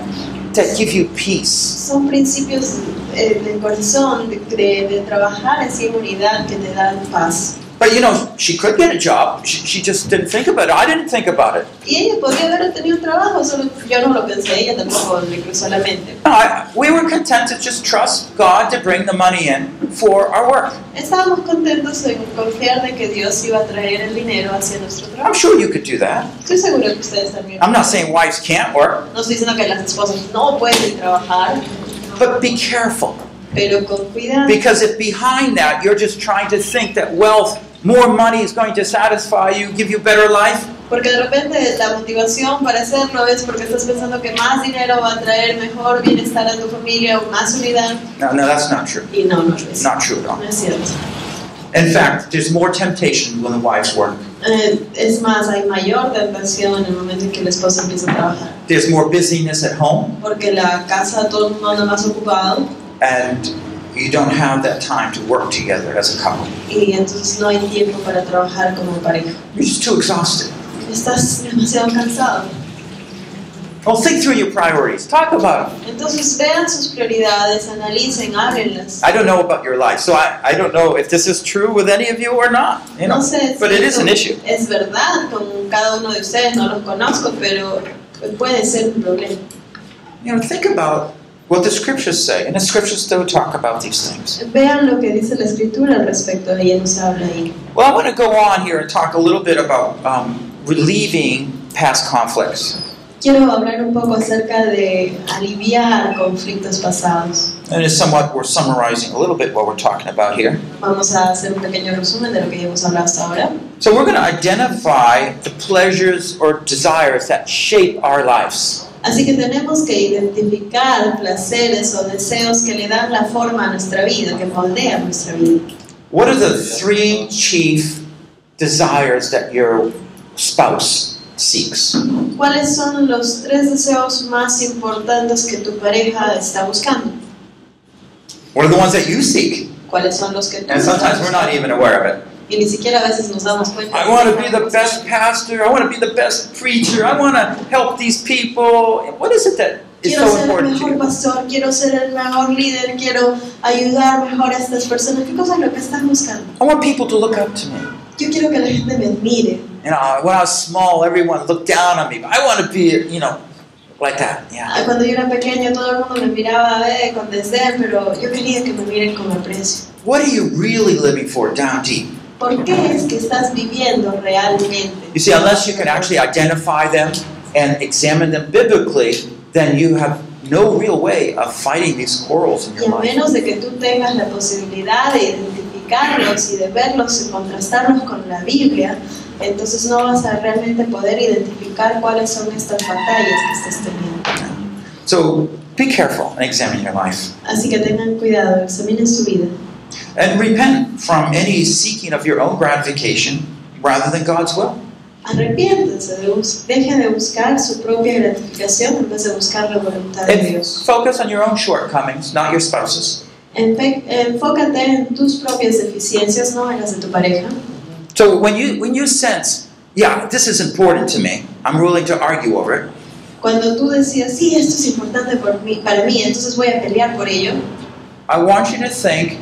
[SPEAKER 1] that give you peace.
[SPEAKER 3] Son principios eh, del corazón, de, de- de trabajar así en unidad que te dan paz.
[SPEAKER 1] But you know, she could get a job. She, she just didn't think about it. I didn't think about it.
[SPEAKER 3] Y ella podría haber tenido un trabajo, solo yo no lo pensé, ella tampoco le cruzó la mente.
[SPEAKER 1] No, I, we were content to just trust God to bring the money in for our work.
[SPEAKER 3] Estábamos contentos en confiar de que Dios iba a traer el dinero hacia nuestro
[SPEAKER 1] I'm
[SPEAKER 3] trabajo.
[SPEAKER 1] sure you could do that.
[SPEAKER 3] Estoy seguro que ustedes también.
[SPEAKER 1] I'm not saying wives can't work,
[SPEAKER 3] No estoy diciendo que las esposas no pueden trabajar,
[SPEAKER 1] but be careful
[SPEAKER 3] pero con cuidado.
[SPEAKER 1] because if behind that you're just trying to think that wealth, more money is going to satisfy you, give you better life,
[SPEAKER 3] Porque de repente la motivación para hacerlo es porque estás pensando que más dinero va a traer mejor bienestar a tu familia o más unidad.
[SPEAKER 1] no, no, that's not true.
[SPEAKER 3] Y no, no lo es.
[SPEAKER 1] Not true at all.
[SPEAKER 3] No es cierto.
[SPEAKER 1] In fact, there's more temptation when the wives work.
[SPEAKER 3] Eh, es más, hay mayor tentación en el momento en que la esposa empieza a trabajar.
[SPEAKER 1] There's more busyness at home,
[SPEAKER 3] porque la casa todo el mundo anda más ocupado
[SPEAKER 1] and you don't have that time to work together as a couple.
[SPEAKER 3] y entonces no hay tiempo para trabajar como pareja.
[SPEAKER 1] You're just too exhausted.
[SPEAKER 3] Estás demasiado cansado.
[SPEAKER 1] Well, think through your priorities. Talk about them.
[SPEAKER 3] Entonces vean sus prioridades, analicen, háblenlas.
[SPEAKER 1] I don't know about your life, so I, I don't know if this is true with any of you or not. You
[SPEAKER 3] No
[SPEAKER 1] know,
[SPEAKER 3] sé
[SPEAKER 1] but it is an
[SPEAKER 3] si
[SPEAKER 1] issue.
[SPEAKER 3] es verdad con cada uno de ustedes, no los conozco, pero puede ser un problema.
[SPEAKER 1] You know, think about what the scriptures say, and the scriptures don't talk about these things.
[SPEAKER 3] Vean lo que dice la escritura al respecto, ella nos habla ahí.
[SPEAKER 1] Well, I want to go on here and talk a little bit about um, relieving past conflicts,
[SPEAKER 3] Quiero hablar un poco acerca de aliviar conflictos pasados.
[SPEAKER 1] and it's somewhat we're summarizing a little bit what we're talking about here.
[SPEAKER 3] Vamos a hacer un pequeño resumen de lo que ya hemos hablado hasta ahora.
[SPEAKER 1] So we're going to identify the pleasures or desires that shape our lives.
[SPEAKER 3] Así que tenemos que identificar placeres o deseos que le dan la forma a nuestra vida, que moldean nuestra vida.
[SPEAKER 1] What are the three chief desires that your spouse seeks?
[SPEAKER 3] ¿Cuáles son los tres deseos más importantes que tu pareja está buscando?
[SPEAKER 1] What are the ones that you seek?
[SPEAKER 3] cuáles son los que tú
[SPEAKER 1] And sometimes we're not even aware of it.
[SPEAKER 3] y ni siquiera a veces nos damos cuenta.
[SPEAKER 1] I want to be the best pastor. I want to be the best preacher. I want to help these people. What is it that is
[SPEAKER 3] Quiero
[SPEAKER 1] so
[SPEAKER 3] ser el
[SPEAKER 1] important to
[SPEAKER 3] mejor
[SPEAKER 1] you?
[SPEAKER 3] pastor, quiero ser el mejor líder, quiero ayudar mejor a estas personas. ¿Qué cosa es lo que estás buscando?
[SPEAKER 1] I want people to look up to me.
[SPEAKER 3] Yo quiero que la gente me admire.
[SPEAKER 1] You know, when I was small, everyone looked down on me. But I want to be, you know, like that. Yeah.
[SPEAKER 3] Ah, Cuando yo era pequeña todo el mundo me miraba eh, con desdén, pero yo quería que me miren con aprecio.
[SPEAKER 1] What are you really living for down deep?
[SPEAKER 3] ¿Por qué es que estás viviendo realmente?
[SPEAKER 1] You see, unless you can actually identify them and examine them biblically, then you have no real way of fighting these quarrels in
[SPEAKER 3] Y
[SPEAKER 1] your
[SPEAKER 3] a
[SPEAKER 1] life.
[SPEAKER 3] menos de que tú tengas la posibilidad de identificarlos y de verlos y contrastarlos con la Biblia, entonces no vas a realmente poder identificar cuáles son estas batallas que estás teniendo.
[SPEAKER 1] So be careful and examine your life.
[SPEAKER 3] Así que tengan cuidado, examinen su vida
[SPEAKER 1] And repent from any seeking of your own gratification rather than God's will.
[SPEAKER 3] Arrepiéntense, de bus- dejen de buscar su propia gratificación en vez de buscar la voluntad de
[SPEAKER 1] And
[SPEAKER 3] Dios.
[SPEAKER 1] focus on your own shortcomings, not your spouse's.
[SPEAKER 3] Enfe- Enfócate en tus propias deficiencias, no en las de tu pareja.
[SPEAKER 1] So when you when you sense, yeah, this is important to me, I'm willing to argue over it.
[SPEAKER 3] Cuando tú decías, sí, esto es importante por mí, para mí, entonces voy a pelear por ello,
[SPEAKER 1] I want you to think,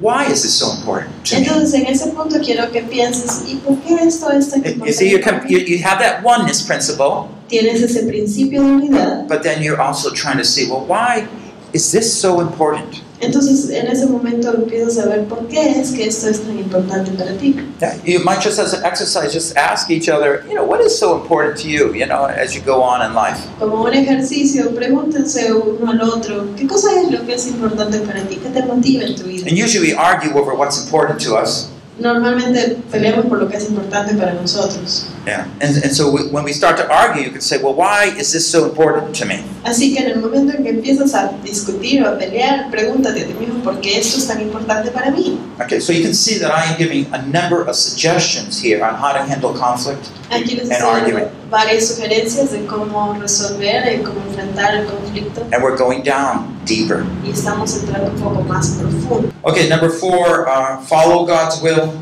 [SPEAKER 1] why is this so important to me?
[SPEAKER 3] Entonces, en ese punto quiero que pienses, ¿y por qué esto es tan
[SPEAKER 1] You see, you're, com- you,
[SPEAKER 3] importante?
[SPEAKER 1] you have that oneness principle,
[SPEAKER 3] Tienes ese principio de unidad.
[SPEAKER 1] but then you're also trying to see, well, why is this so important?
[SPEAKER 3] Entonces, en ese momento empiezas a ver por qué es que esto es tan importante para ti.
[SPEAKER 1] Yeah, you might just as an exercise, just ask each other, you know, what is so important to you, you know, as you go on in life.
[SPEAKER 3] Como un ejercicio, pregúntense uno al otro, ¿qué cosa es lo que es importante para ti? ¿Qué te motiva en tu vida?
[SPEAKER 1] And usually we argue over what's important to us.
[SPEAKER 3] Normalmente peleamos por lo que es importante para nosotros.
[SPEAKER 1] Yeah. And, and so we, when we start to argue, you can say, well, why is this so important to me?
[SPEAKER 3] Así que en el momento en que empiezas a discutir o a pelear, pregúntate a ti mismo, ¿por qué esto es tan importante para mí?
[SPEAKER 1] Okay, so you can see that I am giving a number of suggestions here on how to handle conflict.
[SPEAKER 3] Aquí les
[SPEAKER 1] and
[SPEAKER 3] estoy dando
[SPEAKER 1] argument.
[SPEAKER 3] varias sugerencias de cómo resolver y cómo enfrentar el conflicto
[SPEAKER 1] And we're going down deeper.
[SPEAKER 3] y estamos entrando un poco más profundo.
[SPEAKER 1] Okay, number four, uh, follow God's will.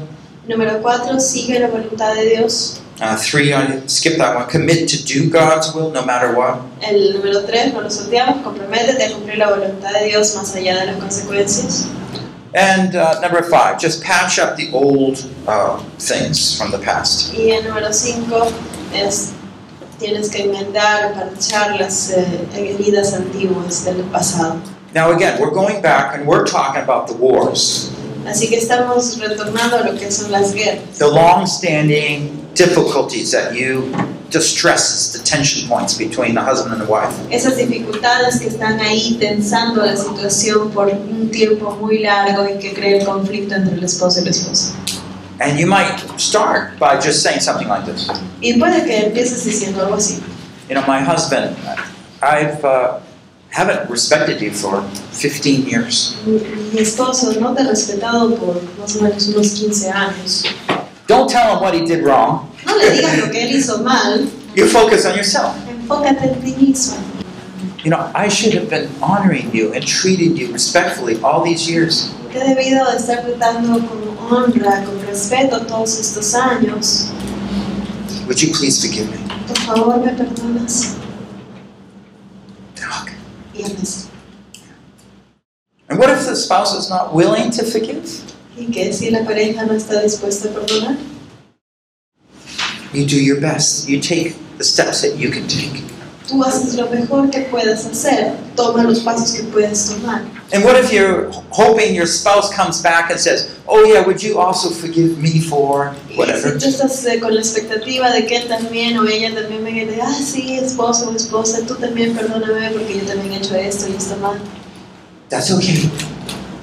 [SPEAKER 3] Número cuatro, sigue la voluntad de Dios.
[SPEAKER 1] Uh, three, I skip that one. Commit to do God's will no matter what.
[SPEAKER 3] El número tres, no lo sorteamos, comprométete a cumplir la voluntad de Dios más allá de las consecuencias.
[SPEAKER 1] And uh, number five, just patch up the old uh, things from the past.
[SPEAKER 3] Y el número cinco es, tienes que enmendar, parchar las eh, heridas antiguas del pasado.
[SPEAKER 1] Now, again, we're going back and we're talking about the wars,
[SPEAKER 3] Así que estamos retornando a lo que son las guerras.
[SPEAKER 1] the long standing difficulties that you, the stresses, the tension points between the husband and the wife.
[SPEAKER 3] esas dificultades que están ahí tensando la situación por un tiempo muy largo y que crea el conflicto entre el esposo y la esposa.
[SPEAKER 1] And you might start by just saying something like this
[SPEAKER 3] Y puede que empieces diciendo algo así.
[SPEAKER 1] You know, my husband, I've. Uh, haven't respected you for 15 years.
[SPEAKER 3] Mi mi esposo no te ha respetado por más o menos unos 15 años.
[SPEAKER 1] Don't tell him what he did wrong.
[SPEAKER 3] No le digas lo que él hizo mal,
[SPEAKER 1] You focus on yourself.
[SPEAKER 3] enfócate en ti mismo.
[SPEAKER 1] You know, I should have been honoring you and treating you respectfully all these years.
[SPEAKER 3] Te he debido de estar tratando con honra, con respeto todos estos años.
[SPEAKER 1] Would you please forgive me?
[SPEAKER 3] Por favor, me perdonas.
[SPEAKER 1] Doc.
[SPEAKER 3] Y amas.
[SPEAKER 1] And what if the spouse is not willing to forgive?
[SPEAKER 3] ¿Y que si la pareja no está dispuesta a perdonar?
[SPEAKER 1] You do your best. You take the steps that you can take.
[SPEAKER 3] Tú haces lo mejor que puedas hacer, toma los pasos que puedes tomar.
[SPEAKER 1] And what if you're hoping your spouse comes back and says, Oh, yeah, would you also forgive me for
[SPEAKER 3] Y si
[SPEAKER 1] whatever?
[SPEAKER 3] tú estás eh, con la expectativa de que él también o ella también me diga, ah, sí, esposo o esposa, tú también perdóname porque yo también he hecho esto y esto mal.
[SPEAKER 1] That's okay.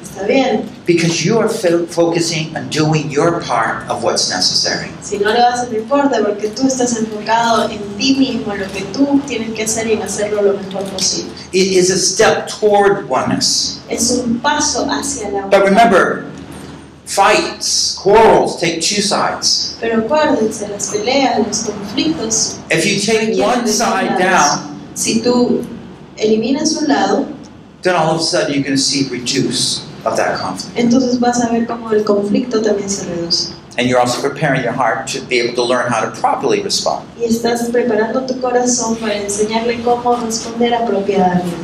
[SPEAKER 3] Está bien,
[SPEAKER 1] Because you are fo- focusing on doing your part of what's necessary.
[SPEAKER 3] si no lo haces, no importa, porque tú estás enfocado en ti mismo, en lo que tú tienes que hacer y en hacerlo lo mejor posible.
[SPEAKER 1] It is a step toward oneness.
[SPEAKER 3] Es un paso hacia la
[SPEAKER 1] But remember, fights, quarrels take two sides.
[SPEAKER 3] Pero acuérdense, las peleas, los conflictos,
[SPEAKER 1] If you take one side down,
[SPEAKER 3] si tú eliminas un lado,
[SPEAKER 1] then all of a sudden you're going to see reduce, uh, of that conflict.
[SPEAKER 3] Entonces vas a ver cómo el conflicto también se reduce.
[SPEAKER 1] And you're also preparing your heart to be able to learn how to properly respond.
[SPEAKER 3] Y estás preparando tu corazón para enseñarle cómo responder apropiadamente.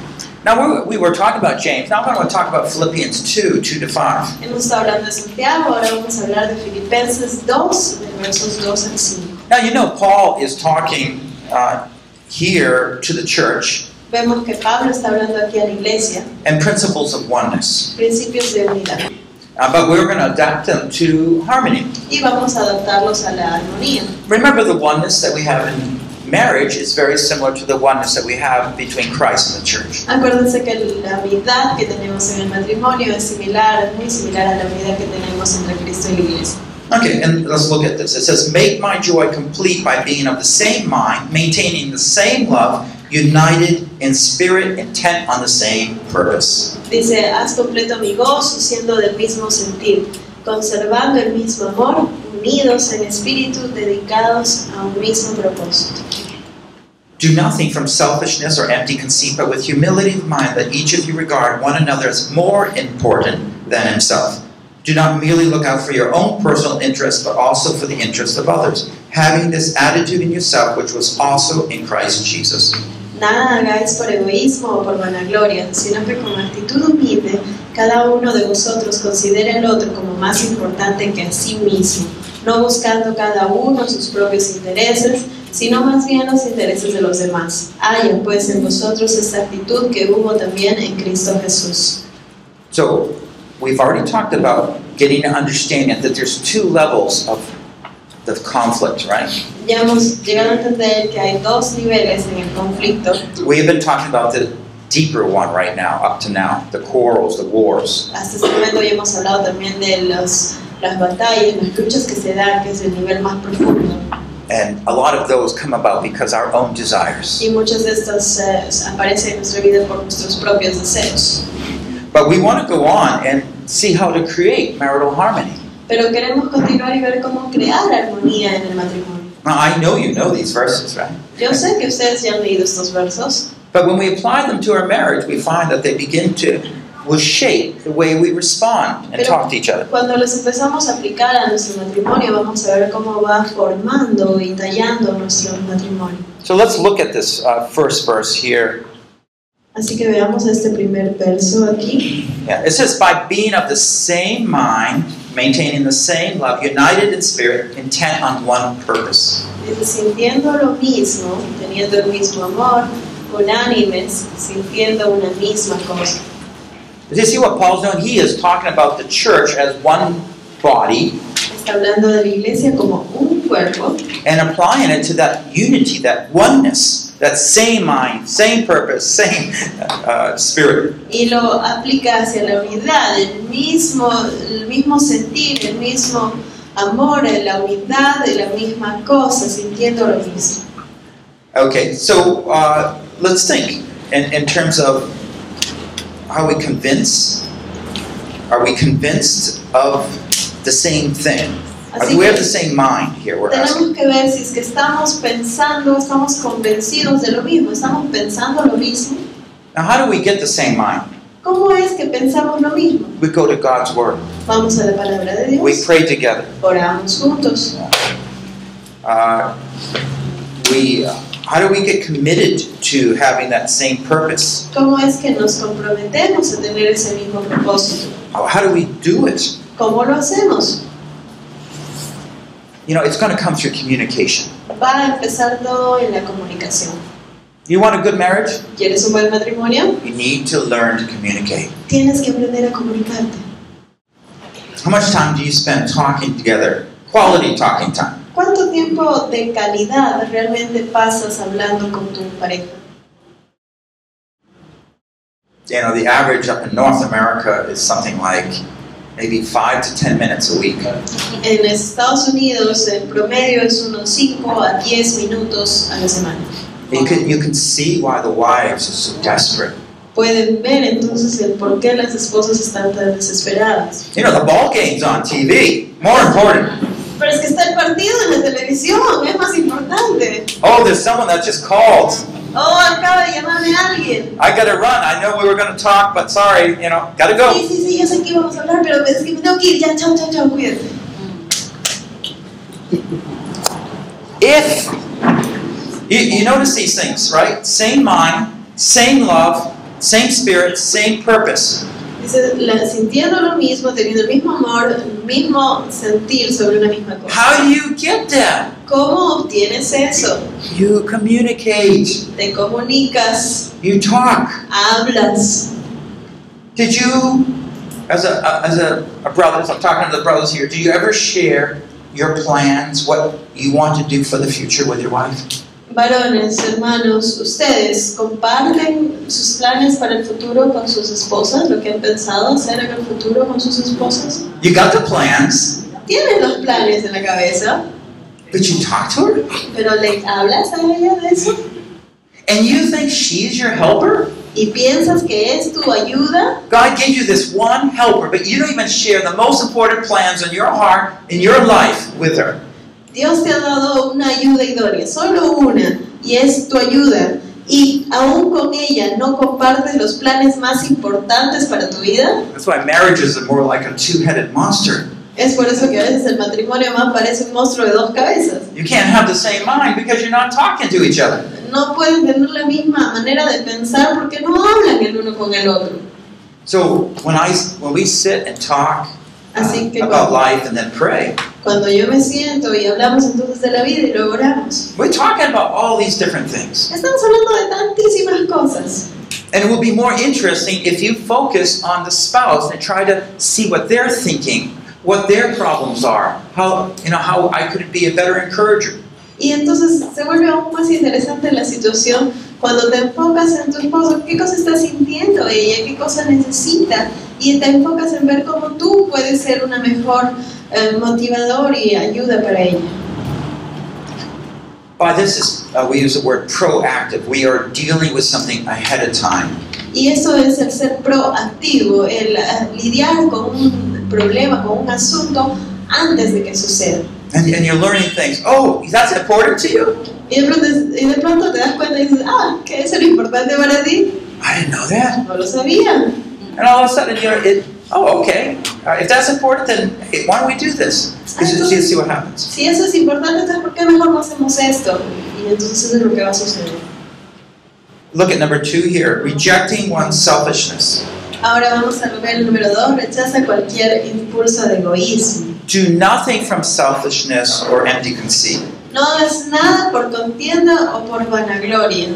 [SPEAKER 1] Now, we we were talking about James. Now, I want to talk about Philippians 2 2 to 5.
[SPEAKER 3] Hemos estado hablando de Santiago, ahora vamos a hablar de Filipenses 2, de versos 2 al 5.
[SPEAKER 1] Now, you know, Paul is talking uh, here to the church
[SPEAKER 3] Vemos que Pablo está hablando aquí a la iglesia,
[SPEAKER 1] and principles of oneness,
[SPEAKER 3] principios de unidad,
[SPEAKER 1] Uh, but we're going to adapt them to harmony.
[SPEAKER 3] y vamos a adaptarlos a la armonía.
[SPEAKER 1] Remember, the oneness that we have in marriage is very similar to the oneness that we have between Christ and the church.
[SPEAKER 3] Acuérdense que la unidad que tenemos en el matrimonio es similar, es muy similar a la unidad que tenemos entre Cristo y la iglesia.
[SPEAKER 1] Okay, and let's look at this. It says, Make my joy complete by being of the same mind, maintaining the same love, united in spirit, intent on the same purpose.
[SPEAKER 3] Dice, haz completo mi gozo siendo del mismo sentir, conservando el mismo amor, unidos en espíritu, dedicados a un mismo propósito.
[SPEAKER 1] Do nothing from selfishness or empty conceit, but with humility of mind, that each of you regard one another as more important than himself. Do not merely look out for your own personal interests, but also for the interests of others, having this attitude in yourself, which was also in Christ Jesus.
[SPEAKER 3] Nada hagáis por egoísmo o por vanagloria, sino que con actitud humilde, cada uno de vosotros considere al otro como más importante que a sí mismo, no buscando cada uno sus propios intereses, sino más bien los intereses de los demás. Haya pues en vosotros esta actitud que hubo también en Cristo Jesús.
[SPEAKER 1] So, we've already talked about getting to understand it, that there's two levels of the conflict, right?
[SPEAKER 3] Ya hemos llegado a entender que hay dos niveles en el conflicto.
[SPEAKER 1] We've been talking about the deeper one right now, up to now, the quarrels, the wars.
[SPEAKER 3] Hasta este momento ya hemos hablado también de los- las batallas, las luchas que se dan, que es el nivel más profundo.
[SPEAKER 1] And a lot of those come about because our own desires.
[SPEAKER 3] Y muchas de estas eh, aparecen en nuestra vida por nuestros propios deseos.
[SPEAKER 1] But we want to go on and see how to create marital harmony.
[SPEAKER 3] Pero queremos continuar y ver cómo crear armonía en el matrimonio.
[SPEAKER 1] Now, I know you know these verses, right?
[SPEAKER 3] Yo sé que ustedes ya han leído estos versos,
[SPEAKER 1] But when we apply them to our marriage, we find that they begin to will shape the way we respond and talk to each other.
[SPEAKER 3] cuando los empezamos a aplicar a nuestro matrimonio vamos a ver cómo va formando y tallando nuestro matrimonio.
[SPEAKER 1] So let's look at this uh, first verse here
[SPEAKER 3] Así que veamos este primer verso aquí.
[SPEAKER 1] Yeah, it says, by being of the same mind, maintaining the same love, united in spirit, intent on one purpose.
[SPEAKER 3] Dice, Sintiendo lo mismo, teniendo el mismo amor, unánimes, sintiendo una misma cosa.
[SPEAKER 1] Did you see what Paul's doing? He is talking about the church as one body
[SPEAKER 3] Está hablando de la iglesia como un cuerpo
[SPEAKER 1] and applying it to that unity, that oneness, that same mind, same purpose, same uh, spirit.
[SPEAKER 3] y lo aplica hacia la unidad, el mismo, el mismo sentir, el mismo amor, la unidad de la misma cosa, sintiendo lo mismo.
[SPEAKER 1] Okay, so uh, let's think in, in terms of how we convince. Are we convinced of the same thing? Uh,
[SPEAKER 3] Así
[SPEAKER 1] we have the
[SPEAKER 3] que
[SPEAKER 1] same mind here, we're asking.
[SPEAKER 3] tenemos que ver si es que estamos pensando, estamos convencidos de lo mismo, estamos pensando lo mismo.
[SPEAKER 1] Now, how do we get the same mind?
[SPEAKER 3] ¿Cómo es que pensamos lo mismo?
[SPEAKER 1] We go to God's Word,
[SPEAKER 3] Vamos a la palabra de
[SPEAKER 1] we
[SPEAKER 3] Dios,
[SPEAKER 1] pray together,
[SPEAKER 3] oramos juntos.
[SPEAKER 1] uh, we, uh, how do we get committed to having that same purpose?
[SPEAKER 3] ¿Cómo es que nos comprometemos a tener ese mismo propósito?
[SPEAKER 1] How, how do we do it?
[SPEAKER 3] ¿Cómo lo hacemos?
[SPEAKER 1] You know, it's going to come through communication.
[SPEAKER 3] Va a empezar todo en la comunicación.
[SPEAKER 1] You want a good marriage?
[SPEAKER 3] ¿Quieres un buen matrimonio?
[SPEAKER 1] You need to learn to communicate.
[SPEAKER 3] Tienes que aprender a comunicarte.
[SPEAKER 1] How much time do you spend talking together? Quality talking time.
[SPEAKER 3] ¿Cuánto tiempo de calidad realmente pasas hablando con tu pareja?
[SPEAKER 1] You know, the average up in North America is something like maybe five to ten minutes a week.
[SPEAKER 3] En Estados Unidos el promedio es unos 5 a 10 minutos a la semana.
[SPEAKER 1] You can, you can see why the wives are so desperate.
[SPEAKER 3] Pueden ver entonces el por qué las esposas están tan desesperadas.
[SPEAKER 1] You know, the ball game's on TV. More important.
[SPEAKER 3] Pero es que está el partido en la televisión, es más importante.
[SPEAKER 1] Oh, there's someone that just called.
[SPEAKER 3] Oh, acaba de llamarme alguien.
[SPEAKER 1] I gotta run. I know we were gonna talk, but sorry, you know, gotta go.
[SPEAKER 3] Sí, sí, sí, yo sé que íbamos a hablar, pero es que me tengo que ir, ya, chao, chao, chao, cuídense.
[SPEAKER 1] If you, you notice these things, right? Same mind, same love, same spirit, same purpose.
[SPEAKER 3] Dice, la- sintiendo lo mismo, teniendo el mismo amor, el mismo sentir sobre una misma cosa.
[SPEAKER 1] How do you get that?
[SPEAKER 3] ¿Cómo obtienes eso?
[SPEAKER 1] You communicate,
[SPEAKER 3] Te comunicas,
[SPEAKER 1] you talk.
[SPEAKER 3] hablas.
[SPEAKER 1] Did you, as a, a- as a, a brother, so I'm talking to the brothers here, do you ever share your plans, what you want to do for the future with your wife?
[SPEAKER 3] Varones, hermanos, ustedes comparten sus planes para el futuro con sus esposas, lo que han pensado hacer en el futuro con sus esposas.
[SPEAKER 1] You got the plans,
[SPEAKER 3] Tienen los planes en la cabeza,
[SPEAKER 1] but you talk to her?
[SPEAKER 3] pero le hablas a ella de eso
[SPEAKER 1] And you think she's your helper?
[SPEAKER 3] y piensas que es tu ayuda.
[SPEAKER 1] God gave you this one helper, but you don't even share the most important plans on your heart in your life with her.
[SPEAKER 3] Dios te ha dado una ayuda idónea, solo una, y es tu ayuda. Y aún con ella no compartes los planes más importantes para tu vida.
[SPEAKER 1] That's why marriages are more like a two headed monster.
[SPEAKER 3] Es por eso que a veces el matrimonio más parece un monstruo de dos cabezas.
[SPEAKER 1] You can't have the same mind because you're not talking to each other.
[SPEAKER 3] no pueden tener la misma manera de pensar porque no hablan el uno con el otro.
[SPEAKER 1] So when I when we sit and talk
[SPEAKER 3] Así que
[SPEAKER 1] about
[SPEAKER 3] cuando,
[SPEAKER 1] life and then pray,
[SPEAKER 3] cuando yo me siento y hablamos entonces de la vida y luego oramos,
[SPEAKER 1] we're talking about all these different things.
[SPEAKER 3] estamos hablando de tantísimas cosas.
[SPEAKER 1] And it will be more interesting if you focus on the spouse and try to see what they're thinking, what their problems are, how you know how I could be a better encourager.
[SPEAKER 3] Y entonces se vuelve aún más interesante la situación cuando te enfocas en tu esposo, qué cosa está sintiendo ella, qué cosa necesita, y te enfocas en ver cómo tú puedes ser una mejor eh, motivador y ayuda para ella.
[SPEAKER 1] By this is uh, we use the word proactive. We are dealing with something ahead of time.
[SPEAKER 3] Y eso es el ser proactivo, el eh, lidiar con un problema, con un asunto antes de que suceda.
[SPEAKER 1] And, and you're learning things. Oh, that's important to you?
[SPEAKER 3] Y de, pronto, y de pronto te das cuenta y dices, ah, que eso era importante para ti.
[SPEAKER 1] I didn't know that.
[SPEAKER 3] No lo sabía.
[SPEAKER 1] And all of a sudden you're it, oh okay. Uh, if that's important then hey, why don't we do this? Let's just see- see what happens.
[SPEAKER 3] Si eso es importante, entonces ¿por qué mejor no hacemos esto? Y entonces eso es lo que va a suceder.
[SPEAKER 1] Look at number two here, rejecting one's selfishness.
[SPEAKER 3] Ahora vamos al nivel número dos, rechaza cualquier impulso de egoísmo.
[SPEAKER 1] Do nothing from selfishness or empty conceit.
[SPEAKER 3] No hagas nada por contienda o por vanagloria.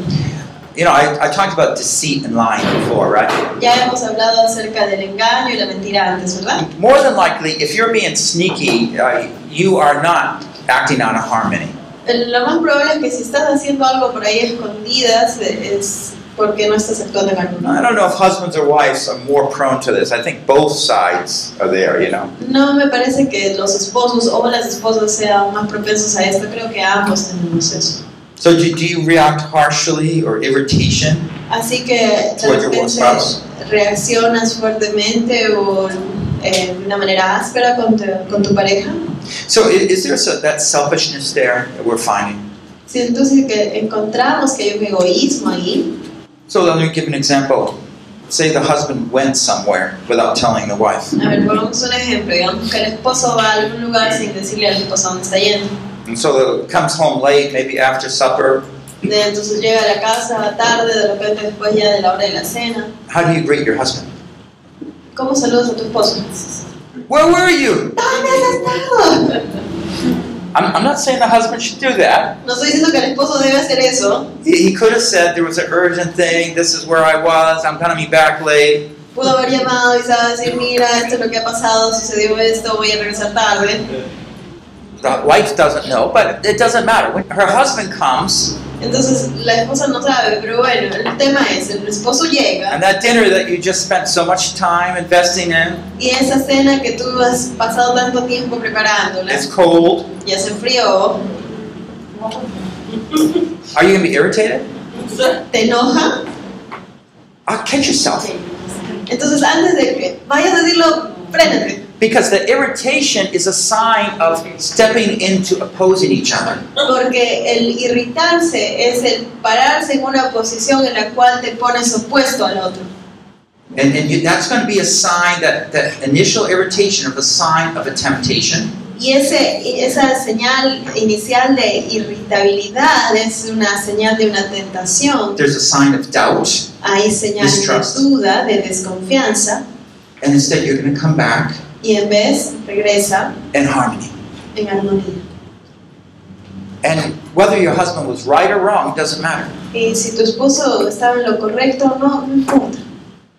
[SPEAKER 1] You know, I, I talked about deceit and lying before, right?
[SPEAKER 3] Ya hemos hablado acerca del engaño y la mentira antes, ¿verdad?
[SPEAKER 1] More than likely, if you're being sneaky, uh, you are not acting out of harmony.
[SPEAKER 3] Lo más probable es que si estás haciendo algo por ahí escondidas eh, es porque no estás actuando en algo.
[SPEAKER 1] I don't know if husbands or wives are more prone to this. I think both sides are there, you know.
[SPEAKER 3] No me parece que los esposos o las esposas sean más propensos a esto, creo que ambos tenemos eso.
[SPEAKER 1] So do, do you react harshly or irritation?
[SPEAKER 3] Así que de
[SPEAKER 1] Oye, vos,
[SPEAKER 3] repente
[SPEAKER 1] Pabs.
[SPEAKER 3] reaccionas fuertemente o eh, de una manera áspera con tu, con tu pareja.
[SPEAKER 1] So i- is, there so, that selfishness there that we're finding?
[SPEAKER 3] Si entonces que encontramos que hay un egoísmo ahí,
[SPEAKER 1] So let me give an example. Say the husband went somewhere without telling the wife.
[SPEAKER 3] a ver, pongamos un ejemplo, digamos que el esposo va a algún lugar sin decirle a la esposa dónde está yendo.
[SPEAKER 1] And so comes home late, maybe after supper.
[SPEAKER 3] De- Entonces llega a la casa tarde, de repente después ya de la hora de la cena.
[SPEAKER 1] How do you greet your husband?
[SPEAKER 3] ¿Cómo saludas a tu esposo?
[SPEAKER 1] Where were you?
[SPEAKER 3] ¿Dónde has estado?
[SPEAKER 1] I'm, I'm not saying the husband should do that.
[SPEAKER 3] No estoy diciendo que el esposo debe hacer eso.
[SPEAKER 1] He, he could have said there was an urgent thing. This is where I was. I'm gonna be back late.
[SPEAKER 3] Pudo haber llamado y sabe decir, mira, esto es lo que ha pasado, sucedió esto, voy a regresar tarde.
[SPEAKER 1] The wife doesn't know, but it doesn't matter. When her husband comes
[SPEAKER 3] Entonces la esposa no sabe, pero bueno, el tema es, el esposo llega
[SPEAKER 1] and that dinner that you just spent so much time investing in,
[SPEAKER 3] y esa cena que tú has pasado tanto tiempo preparándola,
[SPEAKER 1] it's cold.
[SPEAKER 3] ya se enfrió,
[SPEAKER 1] Are you gonna be irritated?
[SPEAKER 3] te enoja.
[SPEAKER 1] Ah, catch yourself
[SPEAKER 3] Entonces antes de que vayas a decirlo, frénate.
[SPEAKER 1] because the irritation is a sign of stepping into opposing each other.
[SPEAKER 3] Porque el irritarse es el pararse en una posición en la cual te pones opuesto al otro.
[SPEAKER 1] And, and you, that's going to be a sign that, that initial irritation of a sign of a temptation.
[SPEAKER 3] Y ese, y esa señal inicial de irritabilidad es una señal de una tentación.
[SPEAKER 1] There's a sign of doubt.
[SPEAKER 3] Hay señales
[SPEAKER 1] Distrust.
[SPEAKER 3] de duda, de desconfianza,
[SPEAKER 1] And instead, you're going to come back
[SPEAKER 3] y en vez regresa
[SPEAKER 1] in harmony.
[SPEAKER 3] en armonía.
[SPEAKER 1] And whether your husband was right or wrong doesn't matter.
[SPEAKER 3] Y si tu esposo estaba en lo correcto o no, no importa.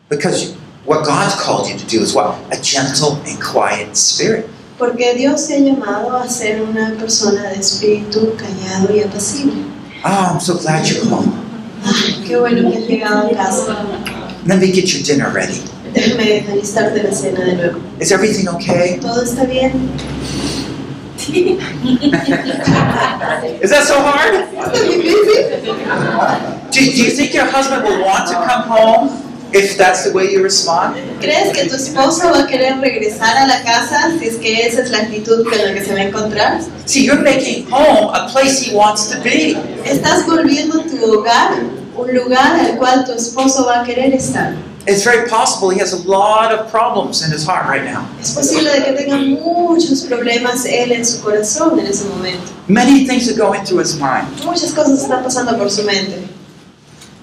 [SPEAKER 1] Because what God's called you to do is what? A gentle and quiet spirit.
[SPEAKER 3] Porque Dios te ha llamado a ser una persona de espíritu callado y apacible.
[SPEAKER 1] Oh, I'm so glad you're home.
[SPEAKER 3] Ay, qué bueno que has llegado a casa.
[SPEAKER 1] Let me get your dinner ready.
[SPEAKER 3] Déjame alistarte la cena de nuevo.
[SPEAKER 1] Is everything okay?
[SPEAKER 3] ¿Todo está bien?
[SPEAKER 1] Is that so hard? Do, do you think your husband will want to come home if that's the way you respond?
[SPEAKER 3] ¿Crees que tu esposo va a querer regresar a la casa si es que esa es la actitud con la que se va a encontrar?
[SPEAKER 1] See, you're making home a place he wants to be.
[SPEAKER 3] Estás volviendo tu hogar un lugar al cual tu esposo va a querer estar.
[SPEAKER 1] It's very possible he has a lot of problems in his heart right now.
[SPEAKER 3] Es posible de que tenga muchos problemas él en su corazón en ese momento.
[SPEAKER 1] Many things are going through his mind.
[SPEAKER 3] Muchas cosas están pasando por su mente.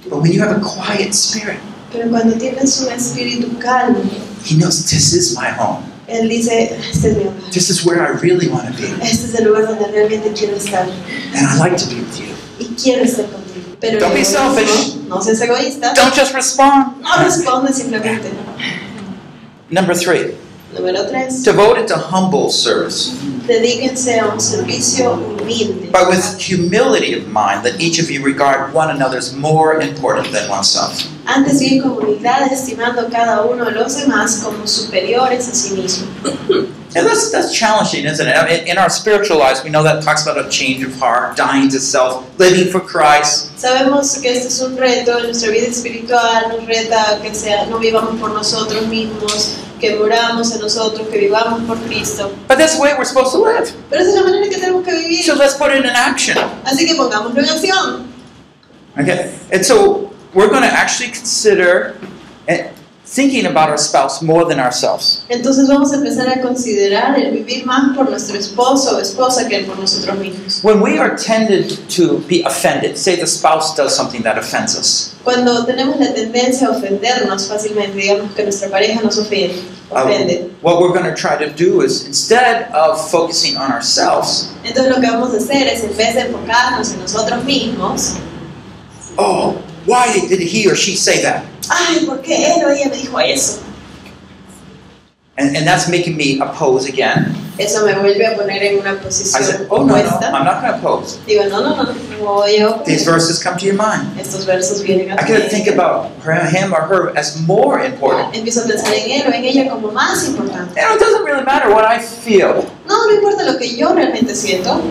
[SPEAKER 1] But when you have a quiet spirit,
[SPEAKER 3] Pero cuando tienes un espíritu calmo,
[SPEAKER 1] he knows this is my home.
[SPEAKER 3] él dice, este es mi hogar.
[SPEAKER 1] This is where I really want to be.
[SPEAKER 3] Este es el lugar donde realmente quiero estar.
[SPEAKER 1] And I like to be with you.
[SPEAKER 3] Y quiero estar contigo. Pero
[SPEAKER 1] Don't be
[SPEAKER 3] no,
[SPEAKER 1] selfish.
[SPEAKER 3] no seas egoísta.
[SPEAKER 1] Don't just respond.
[SPEAKER 3] No responde simplemente.
[SPEAKER 1] Number three,
[SPEAKER 3] Número 3.
[SPEAKER 1] devoted to humble service,
[SPEAKER 3] Dedíquense a un servicio humilde.
[SPEAKER 1] but with humility of mind, let each of you regard one another as more important than oneself.
[SPEAKER 3] Antes bien con humildad, estimando cada uno a los demás como superiores a sí mismo.
[SPEAKER 1] And that's, that's challenging, isn't it? I mean, in our spiritual lives, we know that talks about a change of heart, dying to self, living for Christ.
[SPEAKER 3] Sabemos que este es un reto en nuestra vida espiritual, nos reta a que sea, no vivamos por nosotros mismos, que moramos a nosotros, que vivamos por Cristo.
[SPEAKER 1] But that's the way we're supposed to live.
[SPEAKER 3] Pero esa es la manera que tenemos que vivir.
[SPEAKER 1] So let's put it in action.
[SPEAKER 3] Así que pongámoslo en acción.
[SPEAKER 1] Okay? And so we're going to actually consider eh, thinking about our spouse more than ourselves.
[SPEAKER 3] Entonces vamos a empezar a considerar el vivir más por nuestro esposo o esposa que por nosotros mismos.
[SPEAKER 1] When we are tended to be offended, say the spouse does something that offends us,
[SPEAKER 3] Cuando tenemos la tendencia a ofendernos fácilmente, digamos que nuestra pareja nos ofende,
[SPEAKER 1] Ah, bueno.
[SPEAKER 3] ofende.
[SPEAKER 1] what we're going to try to do is instead of focusing on ourselves,
[SPEAKER 3] Entonces lo que vamos a hacer es, en vez de enfocarnos en nosotros mismos,
[SPEAKER 1] oh, why did he or she say that?
[SPEAKER 3] ay, ¿por qué él o ella me dijo eso?
[SPEAKER 1] And, and that's making me oppose again.
[SPEAKER 3] Eso me vuelve a poner en una
[SPEAKER 1] I
[SPEAKER 3] posición
[SPEAKER 1] said, oh, no, no,
[SPEAKER 3] opuesta.
[SPEAKER 1] I'm not going to oppose.
[SPEAKER 3] Digo, no, no, no, no voy a
[SPEAKER 1] These
[SPEAKER 3] oponer.
[SPEAKER 1] verses come to your mind.
[SPEAKER 3] Estos versos vienen a
[SPEAKER 1] I
[SPEAKER 3] tu
[SPEAKER 1] got to think
[SPEAKER 3] mente.
[SPEAKER 1] about her, him or her as more important.
[SPEAKER 3] Ah, Empiezo a pensar en él o en ella como más importante.
[SPEAKER 1] You know, it doesn't really matter what I feel.
[SPEAKER 3] No, no importa lo que yo realmente siento.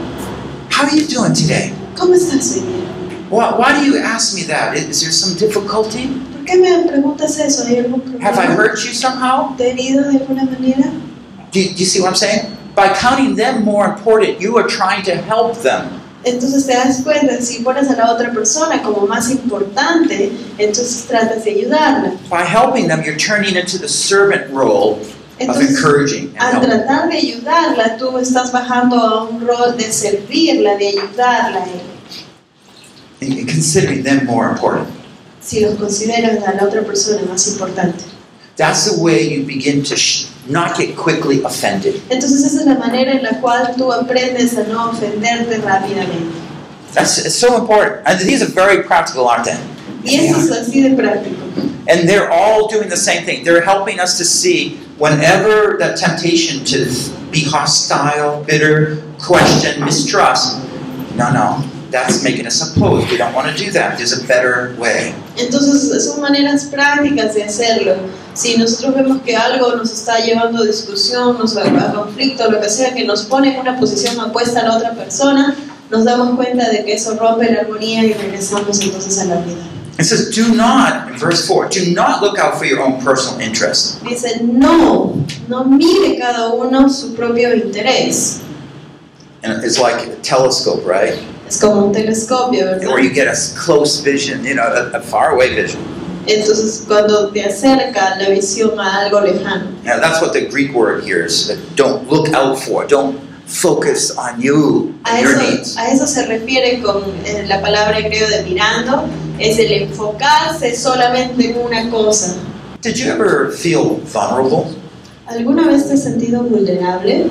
[SPEAKER 1] How are you doing today?
[SPEAKER 3] ¿Cómo estás hoy día?
[SPEAKER 1] Why, why do you ask me that? Is, is there some difficulty?
[SPEAKER 3] ¿Por qué me preguntas eso? ¿Hay algún problema?
[SPEAKER 1] Have I hurt you somehow?
[SPEAKER 3] ¿Te he herido de alguna manera?
[SPEAKER 1] Do, do you see what I'm saying? By counting them more important, you are trying to help them.
[SPEAKER 3] Entonces te das cuenta, si pones a la otra persona como más importante, entonces tratas de ayudarla.
[SPEAKER 1] By helping them, you're turning into the servant role of
[SPEAKER 3] Entonces,
[SPEAKER 1] encouraging and
[SPEAKER 3] al
[SPEAKER 1] helping.
[SPEAKER 3] tratar de ayudarla, tú estás bajando a un rol de servirla, de ayudarla. eh, a ella.
[SPEAKER 1] and- and considering them more important.
[SPEAKER 3] Si los consideras a la otra persona más importante.
[SPEAKER 1] That's the way you begin to sh- not get quickly offended.
[SPEAKER 3] Entonces esa es la manera en la cual tú aprendes a no ofenderte rápidamente.
[SPEAKER 1] That's it's so important. And these are very practical, aren't they?
[SPEAKER 3] Y eso es así de práctico.
[SPEAKER 1] And they're all doing the same thing. They're helping us to see whenever that temptation to be hostile, bitter, question, mistrust. No, no, that's making us oppose. We don't want to do that. There's a better way.
[SPEAKER 3] Entonces son maneras prácticas de hacerlo. Si nosotros vemos que algo nos está llevando a discusión, nos a, a conflicto, lo que sea, que nos pone en una posición opuesta a la otra persona, nos damos cuenta de que eso rompe la armonía y regresamos entonces a la vida.
[SPEAKER 1] It says, do not, in verse 4, do not look out for your own personal interest.
[SPEAKER 3] Dice, no, no mire cada uno su propio interés.
[SPEAKER 1] And it's like a telescope, right?
[SPEAKER 3] Es como un telescopio,
[SPEAKER 1] Where
[SPEAKER 3] ¿verdad?
[SPEAKER 1] you get a close vision, you know, a, a faraway vision.
[SPEAKER 3] Entonces, cuando te acerca la visión a algo lejano,
[SPEAKER 1] Now, that's what the Greek word here is that don't look out for, don't focus on you
[SPEAKER 3] a
[SPEAKER 1] and your
[SPEAKER 3] eso,
[SPEAKER 1] needs.
[SPEAKER 3] a eso se refiere con eh, la palabra en griego de mirando, es el enfocarse solamente en una cosa.
[SPEAKER 1] Did you ever feel vulnerable?
[SPEAKER 3] ¿Alguna vez te has sentido vulnerable?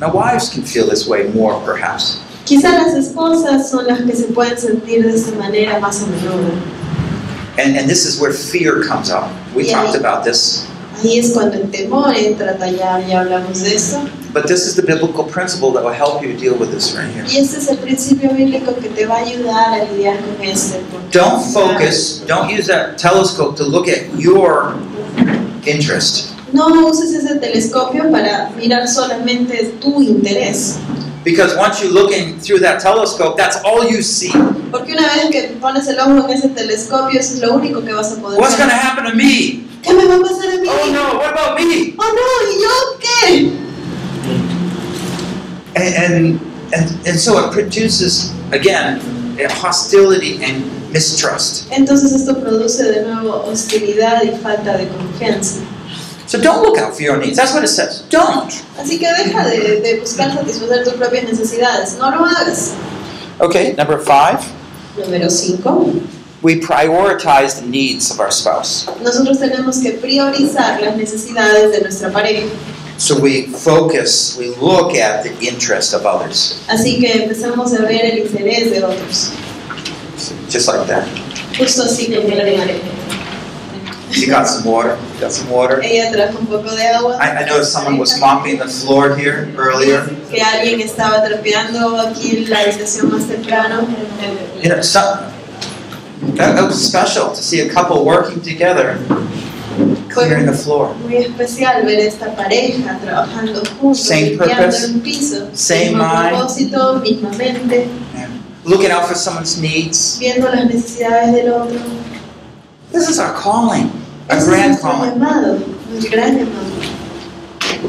[SPEAKER 1] Now, wives can feel this way more, perhaps.
[SPEAKER 3] Quizá las esposas son las que se pueden sentir de esa manera más a menudo.
[SPEAKER 1] And, and this is where fear comes up. We
[SPEAKER 3] Yeah.
[SPEAKER 1] talked about this,
[SPEAKER 3] Ahí es cuando el temor entra a tallar, ya hablamos de eso.
[SPEAKER 1] but this is the biblical principle that will help you deal with this right here.
[SPEAKER 3] Y este es el principio bíblico que te va a ayudar a lidiar con este. porque-
[SPEAKER 1] Don't focus, don't use that telescope to look at your interest.
[SPEAKER 3] No uses ese telescopio para mirar solamente tu interés.
[SPEAKER 1] Because once you're looking through that telescope, that's all you see.
[SPEAKER 3] Porque una vez que pones el ojo en ese telescopio, eso es lo único que vas a poder
[SPEAKER 1] What's going
[SPEAKER 3] ver.
[SPEAKER 1] to happen to me?
[SPEAKER 3] ¿Qué me va a pasar a mí?
[SPEAKER 1] Oh no, what about me?
[SPEAKER 3] Oh, no, ¿y yo qué?
[SPEAKER 1] And, and, and, and so it produces, again, hostility and mistrust.
[SPEAKER 3] Entonces esto produce de nuevo hostilidad y falta de confianza.
[SPEAKER 1] So don't look out for your needs. That's what it says. Don't.
[SPEAKER 3] Así que deja de, de buscar satisfacer tus propias necesidades. No lo hagas.
[SPEAKER 1] Okay, number five,
[SPEAKER 3] Número 5.
[SPEAKER 1] we prioritize the needs of our spouse.
[SPEAKER 3] Nosotros tenemos que priorizar las necesidades de nuestra pareja.
[SPEAKER 1] So we focus, we look at the interest of others,
[SPEAKER 3] Así que empezamos a ver el interés de otros.
[SPEAKER 1] just like that.
[SPEAKER 3] Justo así como la de
[SPEAKER 1] She got some water. Got some water.
[SPEAKER 3] Ella trajo un poco de agua.
[SPEAKER 1] I, I noticed someone was mopping the floor here earlier.
[SPEAKER 3] Que alguien estaba trapeando aquí en la habitación más temprano.
[SPEAKER 1] You know, some, that, that was special to see a couple working together, clearing the floor.
[SPEAKER 3] Muy especial ver esta pareja trabajando juntos,
[SPEAKER 1] Same
[SPEAKER 3] limpiando
[SPEAKER 1] purpose,
[SPEAKER 3] el piso,
[SPEAKER 1] same
[SPEAKER 3] mismo
[SPEAKER 1] mind.
[SPEAKER 3] propósito, misma mente,
[SPEAKER 1] Looking out for someone's needs.
[SPEAKER 3] viendo las necesidades del otro.
[SPEAKER 1] This is our calling, our
[SPEAKER 3] Ese es
[SPEAKER 1] grand
[SPEAKER 3] nuestro
[SPEAKER 1] calling.
[SPEAKER 3] llamado, nuestro gran llamado.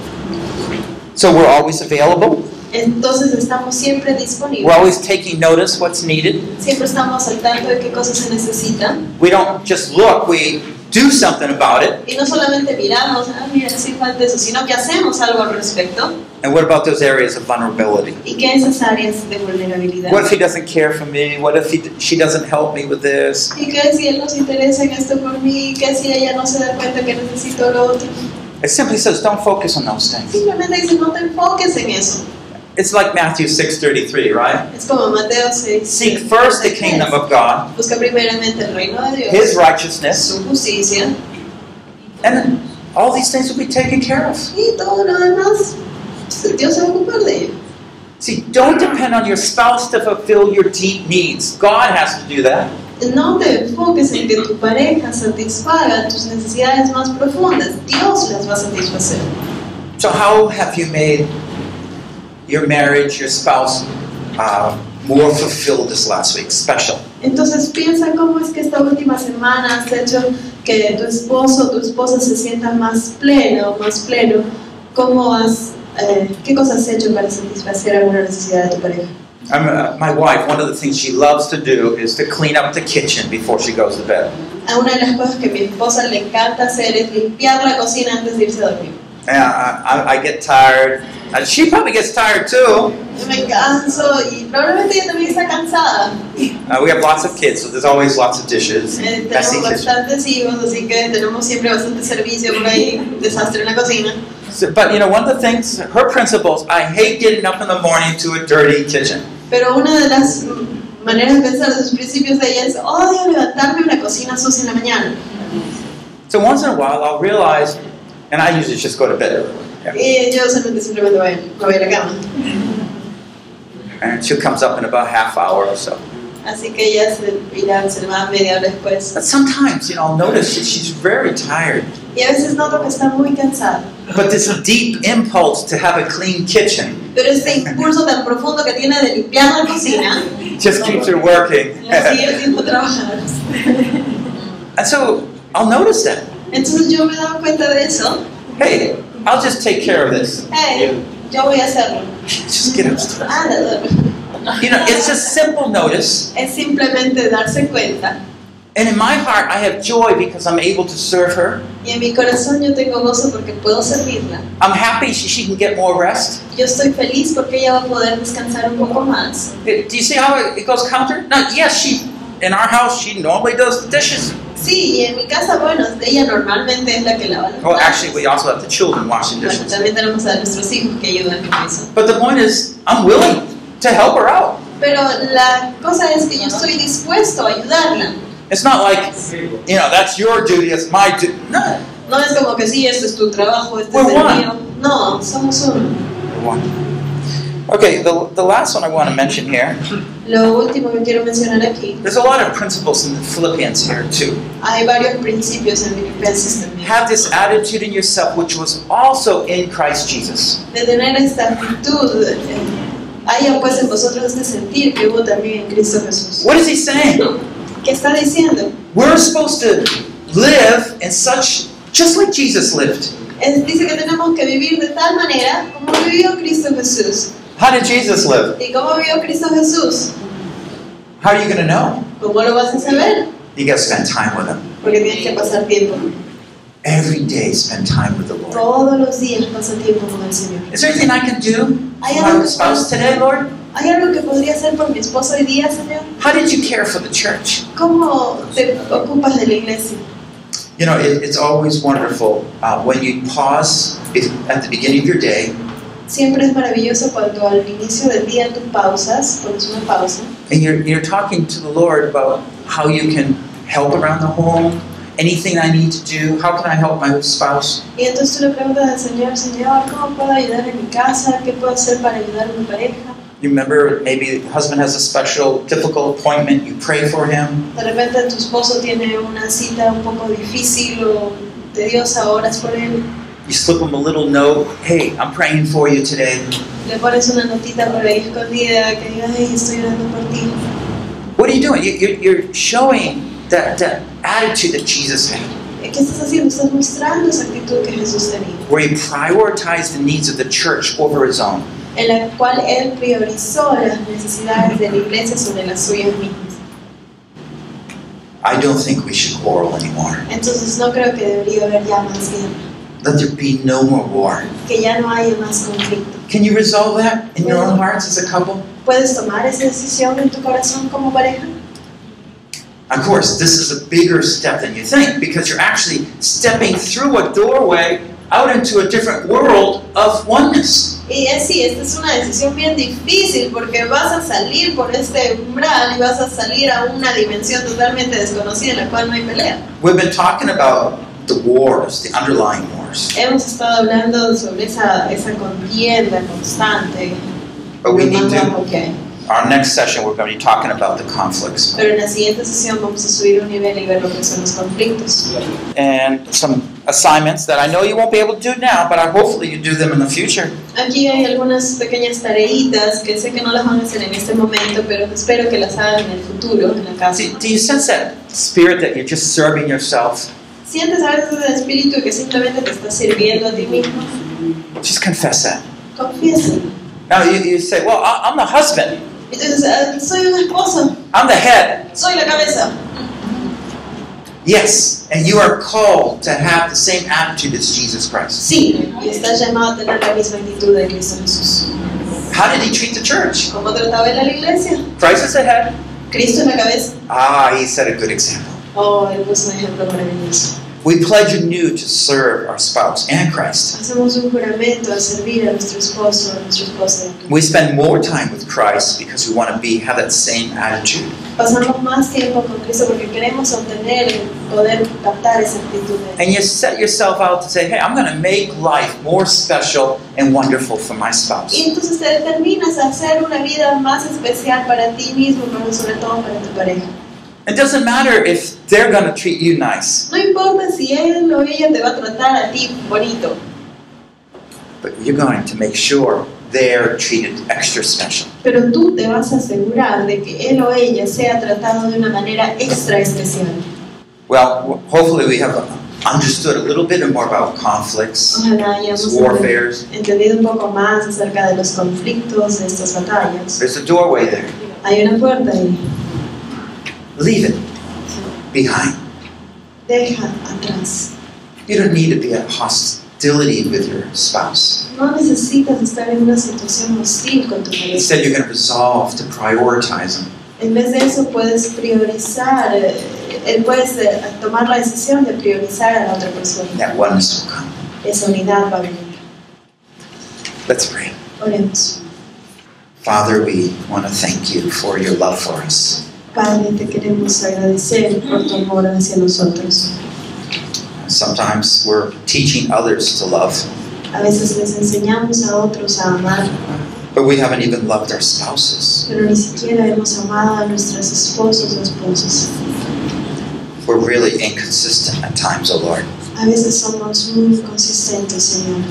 [SPEAKER 1] So we're always available.
[SPEAKER 3] Entonces estamos siempre
[SPEAKER 1] We're
[SPEAKER 3] disponibles,
[SPEAKER 1] always taking notice what's needed.
[SPEAKER 3] siempre estamos al tanto de qué cosas se necesitan
[SPEAKER 1] We don't just look, we do something about it.
[SPEAKER 3] y no solamente miramos, ah, mira, sí falta eso, sino que hacemos algo al respecto
[SPEAKER 1] And what about those areas of vulnerability?
[SPEAKER 3] y que esas áreas de vulnerabilidad.
[SPEAKER 1] What if he doesn't care for me? What if he, she doesn't help me with this?
[SPEAKER 3] ¿Y qué si él no se interesa en esto por mí? ¿Qué si ella no se da cuenta que necesito lo otro?
[SPEAKER 1] It simply says don't focus on those things.
[SPEAKER 3] Simplemente dice, no te enfoques en eso.
[SPEAKER 1] It's like Matthew 6:33, right?
[SPEAKER 3] Es como Mateo 6.
[SPEAKER 1] Seek first the kingdom of God,
[SPEAKER 3] Busca primeramente el reino de Dios,
[SPEAKER 1] his righteousness,
[SPEAKER 3] su justicia
[SPEAKER 1] and all these things will be taken care of.
[SPEAKER 3] y todo lo demás. Dios se va a ocupar de ello.
[SPEAKER 1] See, don't depend on your spouse to fulfill your deep needs. God has to do that.
[SPEAKER 3] No te enfoques en que tu pareja satisfaga tus necesidades más profundas. Dios las va a satisfacer.
[SPEAKER 1] So how have you made your marriage, your spouse, uh, more fulfilled this last week? Special.
[SPEAKER 3] Entonces piensa cómo es que esta última semana has hecho que tu esposo o tu esposa se sienta más pleno, más pleno. ¿Cómo has, eh, ¿Qué cosas has hecho para satisfacer alguna necesidad de tu pareja?
[SPEAKER 1] I'm, uh, my wife, one of the things she loves to do is to clean up the kitchen before she goes to bed.
[SPEAKER 3] A una de las cosas que a mi esposa le encanta hacer es limpiar la cocina antes de irse a dormir.
[SPEAKER 1] And I, I, I get tired. And she probably gets tired too.
[SPEAKER 3] Yo me canso y probablemente ella también está cansada.
[SPEAKER 1] Uh, we have lots of kids, so there's always lots of dishes.
[SPEAKER 3] Eh,
[SPEAKER 1] Messy
[SPEAKER 3] tenemos
[SPEAKER 1] kitchen.
[SPEAKER 3] bastantes hijos, así que tenemos siempre bastante servicio por ahí, desastre en la cocina.
[SPEAKER 1] So- but you know, one of the things, her principles, I hate getting up in the morning to a dirty kitchen.
[SPEAKER 3] Pero una de las mm, maneras de pensar sus principios de ella es, odio levantarme en la cocina sucia en la mañana.
[SPEAKER 1] So once in a while, I'll realize, and I usually just go to bed early. Yeah.
[SPEAKER 3] Y Eh, yo solamente simplemente voy, me voy a la cama.
[SPEAKER 1] And she comes up in about half hour or so.
[SPEAKER 3] Así que ella se irá, se va media hora después.
[SPEAKER 1] But sometimes, you know, I'll notice that she's very tired.
[SPEAKER 3] Y a veces noto que está muy cansada.
[SPEAKER 1] But this deep impulse to have a clean kitchen
[SPEAKER 3] Pero este impulso tan profundo que tiene de limpiar la cocina,
[SPEAKER 1] just keeps her working.
[SPEAKER 3] la sigue haciendo trabajar.
[SPEAKER 1] And so I'll notice that.
[SPEAKER 3] Entonces yo me he dado cuenta de eso.
[SPEAKER 1] Hey, I'll just take care of this.
[SPEAKER 3] Hey, yo voy a hacerlo.
[SPEAKER 1] Just get upstairs.
[SPEAKER 3] Ah, la dormí.
[SPEAKER 1] You know, it's a simple notice,
[SPEAKER 3] es simplemente darse cuenta
[SPEAKER 1] And in my heart, I have joy because I'm able to serve her.
[SPEAKER 3] Y en mi corazón yo tengo gozo porque puedo servirla.
[SPEAKER 1] I'm happy she, she can get more rest.
[SPEAKER 3] Yo estoy feliz porque ella va a poder descansar un poco más.
[SPEAKER 1] Eh, Do do you see how it it goes counter? Now, yes, she in our house she normally does the dishes.
[SPEAKER 3] Sí, y en mi casa, bueno, ella normalmente es la que lava las
[SPEAKER 1] Well,
[SPEAKER 3] manos.
[SPEAKER 1] Oh, actually, we also have the children washing
[SPEAKER 3] Bueno,
[SPEAKER 1] dishes.
[SPEAKER 3] también tenemos a nuestros hijos que ayudan con eso.
[SPEAKER 1] But the point is, I'm willing to help her out.
[SPEAKER 3] Pero la cosa es que yo estoy dispuesto a ayudarla.
[SPEAKER 1] It's not like you know that's your duty, it's my duty. No,
[SPEAKER 3] No es como que sí, este es tu trabajo, este
[SPEAKER 1] We're
[SPEAKER 3] es el
[SPEAKER 1] one.
[SPEAKER 3] mío. No, somos uno.
[SPEAKER 1] one. Okay, the, the last one I want to mention here.
[SPEAKER 3] Lo último que quiero mencionar aquí,
[SPEAKER 1] There's a lot of principles in the Philippians here too.
[SPEAKER 3] hay varios principios en Filipenses también.
[SPEAKER 1] Have this attitude in yourself, which was also in Christ Jesus.
[SPEAKER 3] De tener esta actitud, eh, haya pues en vosotros este sentir que hubo también en Cristo Jesús.
[SPEAKER 1] What is he saying?
[SPEAKER 3] ¿Qué está diciendo?
[SPEAKER 1] We're supposed to live in such, just like Jesus lived.
[SPEAKER 3] Es- dice que tenemos que vivir de tal manera como vivió Cristo Jesús.
[SPEAKER 1] How did Jesus live?
[SPEAKER 3] ¿Y cómo vivió Cristo Jesús?
[SPEAKER 1] How are you going to know?
[SPEAKER 3] ¿Cómo lo vas a saber?
[SPEAKER 1] You got to spend time with him.
[SPEAKER 3] Porque tienes que pasar tiempo.
[SPEAKER 1] Every day, spend time with the Lord.
[SPEAKER 3] Todos los días pasa tiempo con el Señor.
[SPEAKER 1] Is there anything I can do
[SPEAKER 3] ¿Hay
[SPEAKER 1] for my
[SPEAKER 3] algo, que,
[SPEAKER 1] spouse
[SPEAKER 3] puedo-
[SPEAKER 1] today, Lord?
[SPEAKER 3] ¿Hay algo que podría hacer por mi esposo hoy día, Señor?
[SPEAKER 1] How did you care for the church?
[SPEAKER 3] ¿Cómo te ocupas de la iglesia?
[SPEAKER 1] You know, it, it's always wonderful uh, when you pause it- at the beginning of your day
[SPEAKER 3] Siempre es maravilloso cuando al inicio del día tú pausas, pones una pausa,
[SPEAKER 1] and you're, you're talking to the Lord about how you can help around the home, anything I need to do, how can I help my spouse?
[SPEAKER 3] y entonces tú le preguntas al Señor, Señor, ¿cómo puedo ayudar en mi casa? ¿Qué puedo hacer para ayudar a mi pareja?
[SPEAKER 1] You remember maybe the husband has a special, difficult appointment, you pray for him.
[SPEAKER 3] De repente tu esposo tiene una cita un poco difícil o tediosa, oras por él,
[SPEAKER 1] You slip him a little note, hey, I'm praying for you today.
[SPEAKER 3] le pones una notita por ahí escondida que diga, ay, estoy orando por ti.
[SPEAKER 1] What are you doing? You, you're, you're showing that, that attitude that Jesus had,
[SPEAKER 3] Eh, ¿Qué estás haciendo? Estás mostrando esa actitud que Jesús tenía,
[SPEAKER 1] where he prioritized the needs of the church over his own.
[SPEAKER 3] en la cual Él priorizó las necesidades de la iglesia sobre las suyas mismas.
[SPEAKER 1] I don't think we should quarrel anymore.
[SPEAKER 3] Entonces no creo que debería haber ya más bien,
[SPEAKER 1] Let there be no more war.
[SPEAKER 3] que ya no haya más conflicto.
[SPEAKER 1] Can you resolve that in your own hearts as a couple?
[SPEAKER 3] ¿Puedes tomar esa decisión en tu corazón como pareja?
[SPEAKER 1] Of course, this is a bigger step than you think because you're actually stepping through a doorway out into a different world of oneness.
[SPEAKER 3] Y es sí, esta es una decisión bien difícil porque vas a salir por este umbral y vas a salir a una dimensión totalmente desconocida en la cual no hay pelea.
[SPEAKER 1] We've been talking about the wars, the underlying wars,
[SPEAKER 3] Hemos estado hablando sobre esa, esa contienda constante,
[SPEAKER 1] but we
[SPEAKER 3] lo
[SPEAKER 1] need
[SPEAKER 3] más
[SPEAKER 1] to.
[SPEAKER 3] bajo que hay.
[SPEAKER 1] Our next session, we're going to be talking about the conflicts
[SPEAKER 3] Pero en la siguiente sesión vamos a subir un nivel y ver lo que son los conflictos.
[SPEAKER 1] and some assignments that I know you won't be able to do now, but I hopefully you do them in the future.
[SPEAKER 3] Aquí hay algunas pequeñas tareitas que sé que no las van a hacer en este momento, pero espero que las hagan en el futuro, en la casa.
[SPEAKER 1] Do, do you sense that spirit that you're just serving yourself?
[SPEAKER 3] ¿Sientes a veces el espíritu que simplemente te está sirviendo a ti mismo?
[SPEAKER 1] Just confess that.
[SPEAKER 3] Confiesa.
[SPEAKER 1] Now you, you say, well, I, I'm the husband,
[SPEAKER 3] Entonces, ah, soy un esposo,
[SPEAKER 1] I'm the head.
[SPEAKER 3] soy la cabeza.
[SPEAKER 1] Yes, and you are called to have the same attitude as Jesus Christ.
[SPEAKER 3] Sí, y estás llamado a tener la misma actitud de Cristo Jesús.
[SPEAKER 1] How did he treat the church?
[SPEAKER 3] ¿Cómo trataba él a la iglesia?
[SPEAKER 1] Christ is the head.
[SPEAKER 3] Cristo es la cabeza.
[SPEAKER 1] Ah, he set a good example.
[SPEAKER 3] Oh, él puso un ejemplo maravilloso.
[SPEAKER 1] We pledge anew to serve our spouse and Christ.
[SPEAKER 3] Hacemos un juramento a servir a nuestro esposo, a nuestra esposa.
[SPEAKER 1] We spend more time with Christ because we want to be have that same attitude.
[SPEAKER 3] Pasamos más tiempo con Cristo porque queremos obtener, poder captar esa actitud de él.
[SPEAKER 1] And you set yourself out to say, hey, I'm going to make life more special and wonderful for my spouse.
[SPEAKER 3] Y entonces te determinas a hacer una vida más especial para ti mismo, pero sobre todo para tu pareja.
[SPEAKER 1] It doesn't matter if they're going to treat you nice,
[SPEAKER 3] No importa si él o ella te va a tratar a ti bonito,
[SPEAKER 1] but you're going to make sure they're treated extra special.
[SPEAKER 3] pero tú te vas a asegurar de que él o ella sea tratado de una manera extra especial.
[SPEAKER 1] Well, w- hopefully we have understood a little bit more about conflicts,
[SPEAKER 3] Ojalá hayamos
[SPEAKER 1] warfares.
[SPEAKER 3] entendido un poco más acerca de los conflictos, de estas batallas.
[SPEAKER 1] There's a doorway there.
[SPEAKER 3] Hay una puerta ahí.
[SPEAKER 1] Leave it. behind.
[SPEAKER 3] Deja atrás.
[SPEAKER 1] You don't need to be at hostility with your spouse.
[SPEAKER 3] No necesitas estar en una situación hostil con tu pareja.
[SPEAKER 1] Instead, you're going to resolve to prioritize them.
[SPEAKER 3] En vez de eso puedes priorizar, eh, eh, puedes eh, tomar la decisión de priorizar a la otra persona.
[SPEAKER 1] That oneness will come.
[SPEAKER 3] Esa unidad va a venir.
[SPEAKER 1] Let's pray.
[SPEAKER 3] Oremos.
[SPEAKER 1] Father, we want to thank you for your love for us.
[SPEAKER 3] Padre, te queremos agradecer por tu amor hacia nosotros.
[SPEAKER 1] Sometimes we're teaching others to love,
[SPEAKER 3] A veces les enseñamos a otros a amar,
[SPEAKER 1] but we haven't even loved our spouses.
[SPEAKER 3] pero ni siquiera hemos amado a nuestros esposos o esposas.
[SPEAKER 1] We're really inconsistent at times, O Lord.
[SPEAKER 3] A veces somos muy inconsistentes, Señor.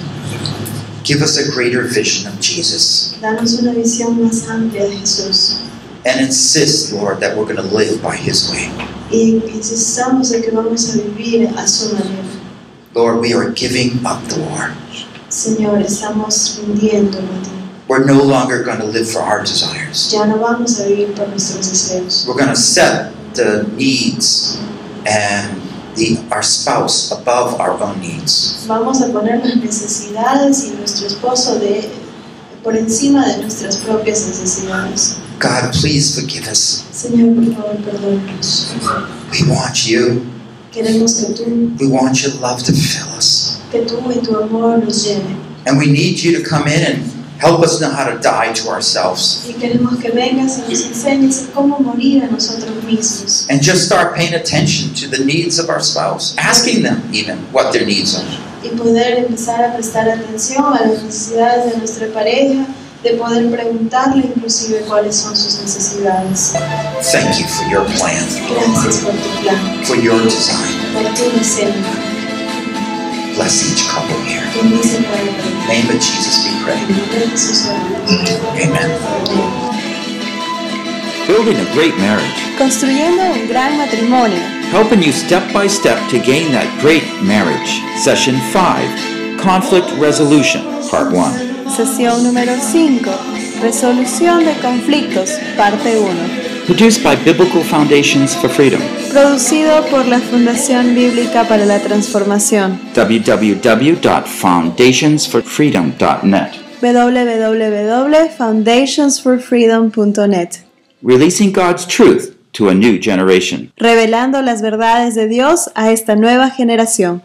[SPEAKER 1] Give us a greater vision of Jesus
[SPEAKER 3] Danos una visión más amplia de Jesús
[SPEAKER 1] and insist, Lord, that we're going to live by his way.
[SPEAKER 3] y insistamos en que vamos a vivir a su manera.
[SPEAKER 1] Lord, we are giving up the war.
[SPEAKER 3] Señor, estamos rindiendo a ti.
[SPEAKER 1] We're no longer going to live for our desires.
[SPEAKER 3] Ya no vamos a vivir por nuestros deseos.
[SPEAKER 1] We're going to set the needs and the, our spouse above our own needs.
[SPEAKER 3] Vamos a poner las necesidades y nuestro esposo de, por encima de nuestras propias necesidades.
[SPEAKER 1] God, please forgive us.
[SPEAKER 3] Señor, por favor, perdónanos.
[SPEAKER 1] We want you.
[SPEAKER 3] Queremos que tú,
[SPEAKER 1] We want your love to fill us.
[SPEAKER 3] que tú y tu amor nos llenen.
[SPEAKER 1] And we need you to come in and help us know how to die to ourselves
[SPEAKER 3] Y queremos que vengas y nos enseñes a cómo morir a nosotros mismos.
[SPEAKER 1] and just start paying attention to the needs of our spouse, asking them even what their needs are.
[SPEAKER 3] Y poder empezar a prestar atención a las necesidades de nuestra pareja, de poder preguntarle inclusive cuáles son sus necesidades.
[SPEAKER 1] Thank you for your plan,
[SPEAKER 3] Gracias por tu plan,
[SPEAKER 1] for your design.
[SPEAKER 3] por tu deseo.
[SPEAKER 1] Bless each couple here.
[SPEAKER 3] Bendice cada uno.
[SPEAKER 1] In the name of Jesus, we pray.
[SPEAKER 3] En el nombre de Jesús oramos.
[SPEAKER 1] Amen.
[SPEAKER 3] Amén.
[SPEAKER 4] Building a great marriage,
[SPEAKER 2] Construyendo un gran matrimonio.
[SPEAKER 4] helping you step by step to gain that great marriage. Session 5 Conflict Resolution, Part 1.
[SPEAKER 2] Sesión número 5. Resolución de conflictos, parte 1.
[SPEAKER 4] Produced by Biblical Foundations for Freedom,
[SPEAKER 2] Producido por la Fundación Bíblica para la Transformación.
[SPEAKER 4] www.foundationsforfreedom.net.
[SPEAKER 2] www.foundationsforfreedom.net.
[SPEAKER 4] Releasing God's truth to a new generation.
[SPEAKER 2] Revelando las verdades de Dios a esta nueva generación.